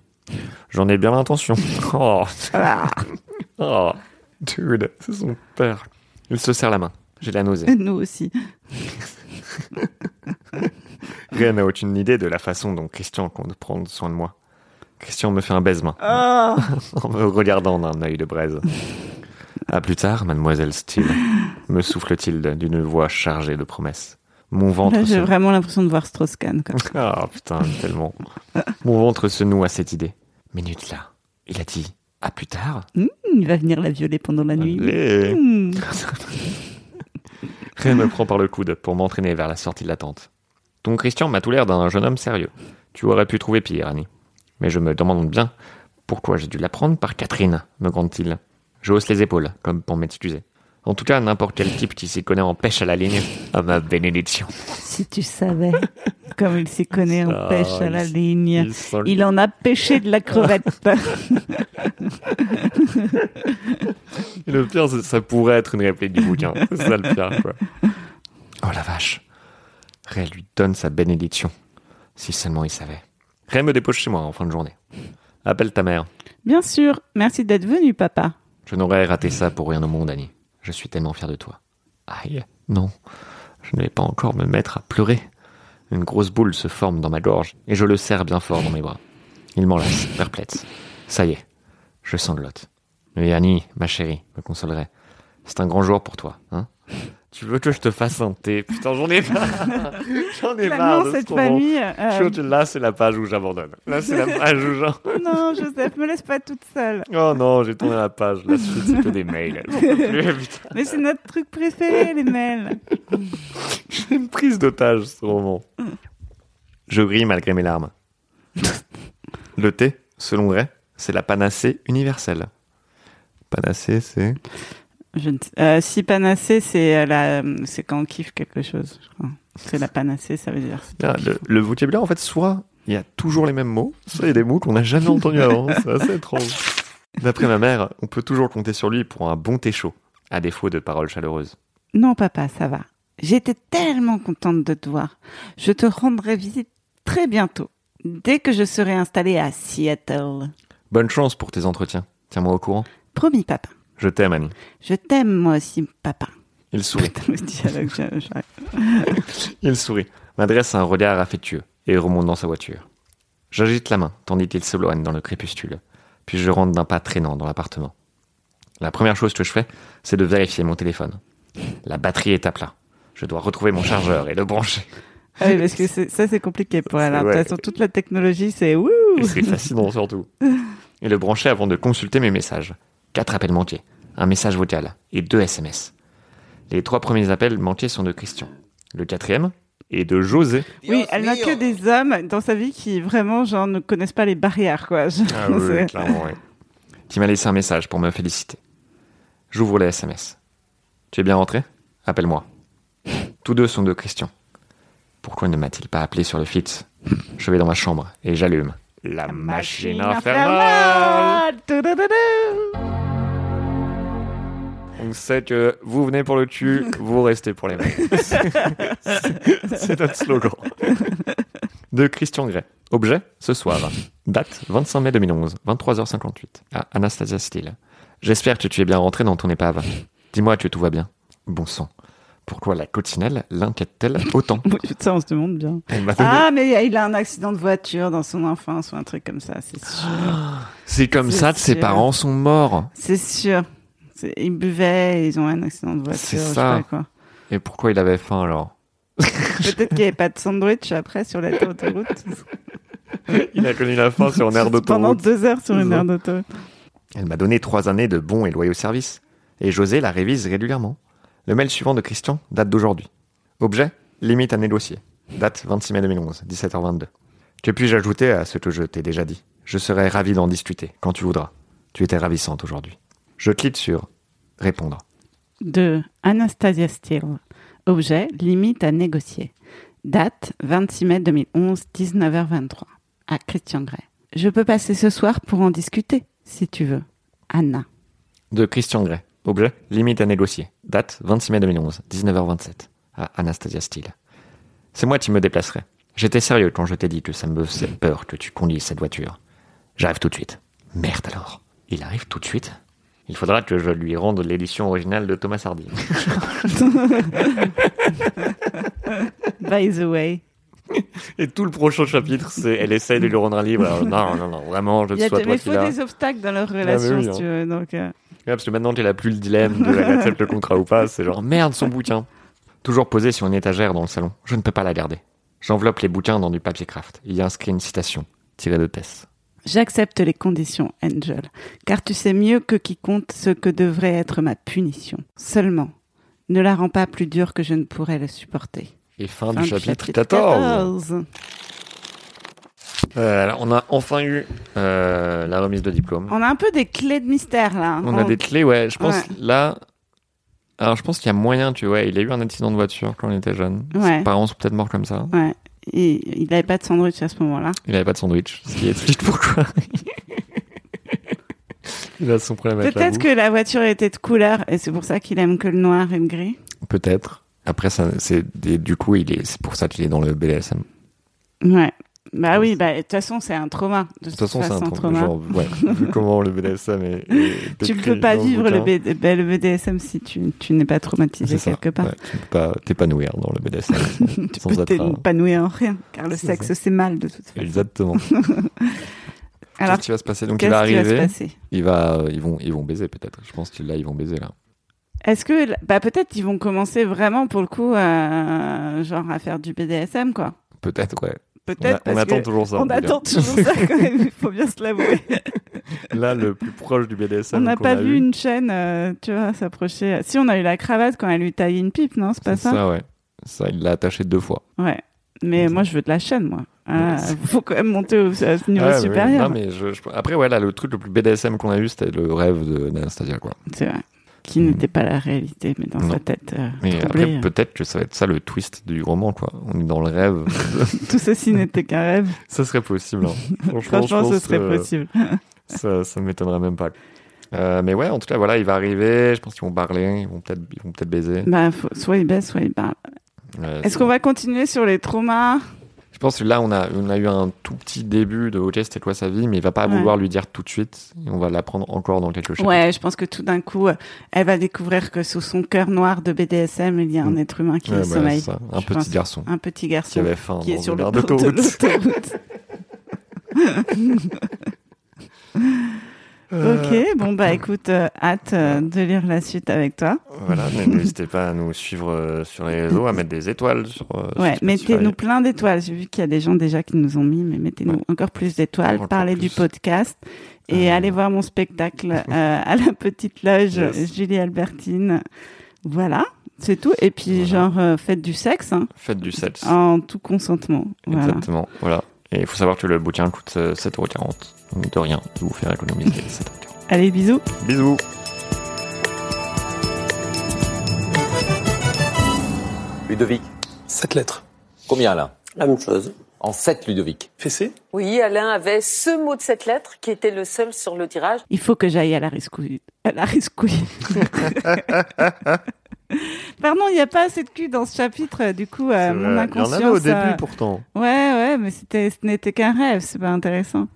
E: J'en ai bien l'intention. Oh, oh, dude, c'est son père. Il se serre la main. J'ai la nausée.
A: Nous aussi.
E: Ray n'a aucune idée de la façon dont Christian compte prendre soin de moi. Christian me fait un baisement
A: Oh,
E: en me regardant d'un œil de braise. À plus tard, mademoiselle Steele, me souffle-t-il d'une voix chargée de promesses. Mon ventre
A: Là,
E: se
A: j'ai vraiment l'impression de voir Strauss-Kahn. quoi.
E: Ah putain, tellement. Mon ventre se noue à cette idée. Minute là. Il a dit à plus tard.
A: Il va venir la violer pendant la nuit.
E: Allez.
A: Hmm.
E: Ray me prend par le coude pour m'entraîner vers la sortie de la tente. Ton Christian m'a tout l'air d'un jeune homme sérieux. Tu aurais pu trouver pire, Annie. Mais je me demande bien pourquoi j'ai dû l'apprendre par Catherine, me gronde-t-il. Je hausse les épaules, comme pour m'excuser. En tout cas, n'importe quel type qui s'y connaît en pêche à la ligne a ma bénédiction.
A: Si tu savais comme il s'y connaît en
E: Ah,
A: pêche à la
E: il-
A: ligne.
E: Il Ah. sent le-
A: Il en a pêché de la crevette.
E: Et le pire, c'est- ça pourrait être une réplique du bouquin. C'est ça le pire, quoi. Oh la vache. Ray lui donne sa bénédiction. Si seulement il savait. Ray me dépose chez moi en fin de journée. Appelle ta mère.
A: Bien sûr, merci d'être venu, papa.
E: Je n'aurais raté ça pour rien au monde, Annie. Je suis tellement fier de toi. Aïe, non. Je ne vais pas encore me mettre à pleurer. Une grosse boule se forme dans ma gorge et je le serre bien fort dans mes bras. Il m'enlace, perplexe. Ça y est, je sanglote. Mais Annie, ma chérie, me consolerait. C'est un grand jour pour toi, hein Tu veux que je te fasse un thé Putain, j'en ai marre J'en ai marre
A: Clairement,
E: de ce
A: cette
E: roman.
A: famille.
E: Je
A: euh,
E: suis sûr que Là, c'est la page où j'abandonne. Là, c'est la page où j'en-
A: non, Joseph, me laisse pas toute seule.
E: Oh non, j'ai tourné la page. La suite, c'est que des mails. J'en peux plus, putain.
A: Mais c'est notre truc préféré, les mails.
E: C'est une prise d'otage, ce roman. Je ris malgré mes larmes. Le thé, selon Ray, c'est la panacée universelle. Panacée, c'est.
A: Je ne sais- euh, si panacée, c'est euh, la, c'est quand on kiffe quelque chose. je crois. C'est la panacée, ça veut dire.
E: Ah, le, le vocabulaire, en fait, soit il y a toujours les mêmes mots, soit il y a des mots qu'on n'a jamais entendus avant. C'est assez étrange. D'après ma mère, on peut toujours compter sur lui pour un bon thé chaud, à défaut de paroles chaleureuses.
A: Non, papa, ça va. J'étais tellement contente de te voir. Je te rendrai visite très bientôt, dès que je serai installée à Seattle.
E: Bonne chance pour tes entretiens. Tiens-moi au courant.
A: Promis, papa.
E: Je t'aime, Annie.
A: Je t'aime, moi aussi, papa.
E: Il sourit.
A: Putain, le dialogue, j'ai- j'arrive.
E: Il sourit, m'adresse un regard affectueux et remonte dans sa voiture. J'agite la main tandis qu'il s'éloigne dans le crépuscule, puis je rentre d'un pas traînant dans l'appartement. La première chose que je fais, c'est de vérifier mon téléphone. La batterie est à plat. Je dois retrouver mon chargeur et le brancher.
A: Ah oui, parce que c'est- ça, c'est compliqué pour elle. hein. De toute
E: Ouais.
A: façon, toute la technologie, c'est wouh
E: Et c'est fascinant surtout. Et le brancher avant de consulter mes messages. Quatre appels manqués, un message vocal et deux SMS. Les trois premiers appels manqués sont de Christian. Le quatrième est de José.
A: Oui, elle n'a que des hommes dans sa vie qui vraiment genre ne connaissent pas les barrières quoi. Je-
E: Ah oui,
A: c'est-
E: oui, clairement, oui. Qui m'a laissé un message pour me féliciter. J'ouvre les SMS. Tu es bien rentré Appelle-moi. Tous deux sont de Christian. Pourquoi ne m'a-t-il pas appelé sur le fit Je vais dans ma chambre et j'allume. La machine infernale
A: Infernale. Toudoudou.
B: On sait que vous venez pour le cul, vous restez pour les mecs. C'est- C'est notre slogan. De Christian Gray. Objet, ce soir. Date, 25 mai 2011, 23h58. À Anastasia Steele. J'espère que tu es bien rentré dans ton épave. Dis-moi que tout va bien. Bon sang. Pourquoi la coccinelle l'inquiète-t-elle autant
A: Ça, on se demande bien.
B: Elle m'a donné-
A: Ah, mais il a un accident de voiture dans son enfance ou un truc comme ça, c'est
B: Ah.
A: sûr.
B: C'est comme
A: c'est
B: ça que ses
A: sûr.
B: parents sont morts.
A: C'est sûr. C'est- Ils buvaient, ils ont un accident de
B: C'est
A: voiture, je sais
B: ça.
A: pas quoi.
B: Et pourquoi il avait faim alors
A: Peut-être qu'il n'y avait pas de sandwich après sur la tour autoroute.
B: Il a connu la faim sur un air
A: Pendant
B: d'autoroute.
A: deux heures sur une
B: Ils
A: aire
B: ont-
A: d'autoroute.
B: Elle m'a donné trois années de bons et loyaux services. Et José la révise régulièrement. Le mail suivant de Christian date d'aujourd'hui. Objet Limite à négocier. Date 26 mai 2011, 17h22. Que puis-je ajouter à ce que je t'ai déjà dit Je serai ravi d'en discuter, quand tu voudras. Tu étais ravissante aujourd'hui. Je clique sur Répondre.
A: de Anastasia Steele. Objet, limite à négocier. Date, 26 mai 2011, 19h23. À Christian Gray. Je peux passer ce soir pour en discuter, si tu veux. Anna.
B: De Christian Gray. Objet Limite à négocier. Date 26 mai 2011, 19h27. À Anastasia Steele. C'est moi qui me déplacerai. J'étais sérieux quand je t'ai dit que ça me faisait peur que tu conduises cette voiture. J'arrive tout de suite. Merde alors. Il arrive tout de suite Il faudra que je lui rende l'édition originale de Thomas Hardy.
A: By the way.
B: Et tout le prochain chapitre, c'est elle essaye de lui rendre un livre. Alors, non, non, non, vraiment, je
A: Il
B: te
A: y a
B: souhaite
A: mais
B: toi
A: il
B: qui
A: faut
B: l'as.
A: des obstacles dans leur
B: mais
A: relation,
B: oui,
A: si
B: hein.
A: tu veux. Donc, euh,
B: Ouais, parce que maintenant, t'es la plus le dilemme de elle accepte le contrat ou pas. C'est genre, merde, son bouquin. Toujours posé sur une étagère dans le salon. Je ne peux pas la garder. J'enveloppe les bouquins dans du papier craft. Il y a inscrit une citation, tirée de Tess.
A: J'accepte les conditions, Angel, car tu sais mieux que quiconque ce que devrait être ma punition. Seulement, ne la rends pas plus dure que je ne pourrais le supporter.
B: Et fin,
A: Fin
B: du chapitre, 14.
A: 14.
B: Euh, alors, on a enfin eu euh, la remise de diplôme.
A: On a un peu des clés de mystère là. hein.
B: On a des clés, ouais. Je pense
A: Ouais.
B: là. Alors, je pense qu'il y a moyen, tu vois. Il a eu un accident de voiture quand il était jeune.
A: Ouais.
B: Ses parents sont peut-être morts comme ça.
A: Ouais. Et il n'avait pas de sandwich à ce moment-là.
B: Il n'avait pas de sandwich. Ce qui explique pourquoi. il a son problème avec la
A: Peut-être
B: bouffe.
A: que la voiture était de couleur et c'est pour ça qu'il aime que le noir et le gris.
B: Peut-être. Après, ça, c'est des- du coup, il est, c'est pour ça qu'il est dans le BDSM.
A: Ouais. Bah oui, bah de toute façon c'est un trauma. De
B: De toute façon, c'est un trauma. Genre, ouais, vu comment le BDSM est. est
A: Tu ne
B: décrit
A: peux pas
B: dans
A: vivre le,
B: bouquin,
A: B- bah, le BDSM si tu, tu n'es pas traumatisé
B: c'est ça.
A: quelque part.
B: Ouais, tu peux pas t'épanouir dans le BDSM.
A: Tu
B: sans
A: peux
B: être un-
A: t'épanouir en rien, car le
B: C'est
A: sexe
B: ça.
A: c'est mal de toute façon.
B: Exactement.
A: Alors
B: qu'est-ce qui va se passer Donc, il
A: qu'est-ce
B: va
A: qui va se
B: arriver.
A: passer
B: il va, euh, ils, vont, ils vont baiser, peut-être. Je pense que là, ils vont baiser, là.
A: Est-ce que bah peut-être ils vont commencer vraiment pour le coup à, genre à faire du BDSM quoi.
B: Peut-être, ouais. On, a-
A: Peut-être
B: on
A: parce
B: attend
A: que
B: toujours ça.
A: on
B: va dire.
A: attend toujours ça quand même. Il faut bien se l'avouer.
B: Là, le plus proche du
A: On
B: BDSM.
A: n'a
B: qu'on
A: pas
B: a
A: vu
B: eu,
A: une chaîne, euh, tu vois, s'approcher. Si on a eu la cravate quand elle lui taillait une pipe, non, c'est pas
B: C'est
A: ça,
B: ça, ouais. Ça, il l'a attaché deux fois.
A: Ouais. Mais
B: C'est
A: moi, je veux de la chaîne, moi. Ah,
B: Ouais, c'est-
A: faut quand même monter au à ce niveau
B: Ah, mais-
A: supérieur.
B: non, mais je- je- Après, ouais, là, le truc le plus BDSM qu'on a eu, c'était le rêve de- d'Anastasia, quoi.
A: C'est vrai. Qui n'était pas la réalité, mais dans
B: Non.
A: sa tête euh,
B: Mais
A: troublée,
B: après, peut-être que ça va être ça le twist du roman, quoi. On est dans le rêve.
A: euh, tout ceci n'était qu'un rêve.
B: ça serait possible. hein. Franchement,
A: Franchement,
B: je pense
A: ce
B: euh,
A: serait
B: que
A: possible.
B: Ça, ça m'étonnerait même pas. Euh, mais ouais, en tout cas, voilà, il va arriver. Je pense qu'ils vont parler, ils vont peut-être, ils vont peut-être baiser.
A: Bah, faut- soit il baisse, soit il parle.
B: Euh,
A: Est-ce qu'on va continuer sur les traumas
B: Je pense que là, on a, on a eu un tout petit début de OK, c'était quoi sa vie, mais il va pas
A: Ouais.
B: vouloir lui dire tout de suite. Et on va l'apprendre encore dans quelques chapitres.
A: Ouais, je pense que tout d'un coup, euh, elle va découvrir que sous son cœur noir de BDSM, il y a un
B: Mm.
A: être humain qui
B: Ouais,
A: le
B: voilà,
A: sommeille.
B: c'est ça. Un
A: je
B: petit
A: pense.
B: garçon
A: Un petit garçon.
B: qui avait faim
A: qui est
B: dans
A: sur
B: une
A: le
B: aire
A: bord de
B: d'autoroute.
A: l'autoroute. ok, bon bah écoute, euh, hâte euh, de lire la suite avec toi.
B: Voilà, mais n'hésitez pas à nous suivre euh, sur les réseaux, à mettre des étoiles sur. euh, sur
A: Ouais,
B: Spotify.
A: mettez-nous plein d'étoiles. J'ai vu qu'il y a des gens déjà qui nous ont mis, mais mettez-nous
B: Ouais.
A: encore plus d'étoiles.
B: Encore
A: Parlez
B: plus.
A: du podcast et
B: Euh.
A: allez voir mon spectacle euh, à la petite loge
B: Yes.
A: Julie Albertine. Voilà, c'est tout. Et puis
B: Voilà.
A: genre euh, faites du sexe hein,
B: Faites du sexe.
A: en tout consentement. Voilà.
B: Exactement, voilà. Et il faut savoir que le bouquin coûte euh, 7,40€. Donc de rien, de vous faire économiser 7,40€.
A: Allez, bisous.
B: Bisous
D: Ludovic,
F: Cette lettre.
D: combien là
F: La même chose.
D: En 7, Ludovic.
F: Fessé
G: Oui, Alain avait ce mot de cette lettre qui était le seul sur le tirage.
A: Il faut que j'aille à la riscouille. À la riscouille. Pardon, il n'y a pas assez de cul dans ce chapitre. euh, Du coup, euh,
B: C'est
A: mon
B: vrai. Il y en
A: inconscience.
B: avait au début
A: euh,
B: pourtant.
A: Ouais, ouais, mais c'était, ce n'était qu'un rêve. C'est pas intéressant.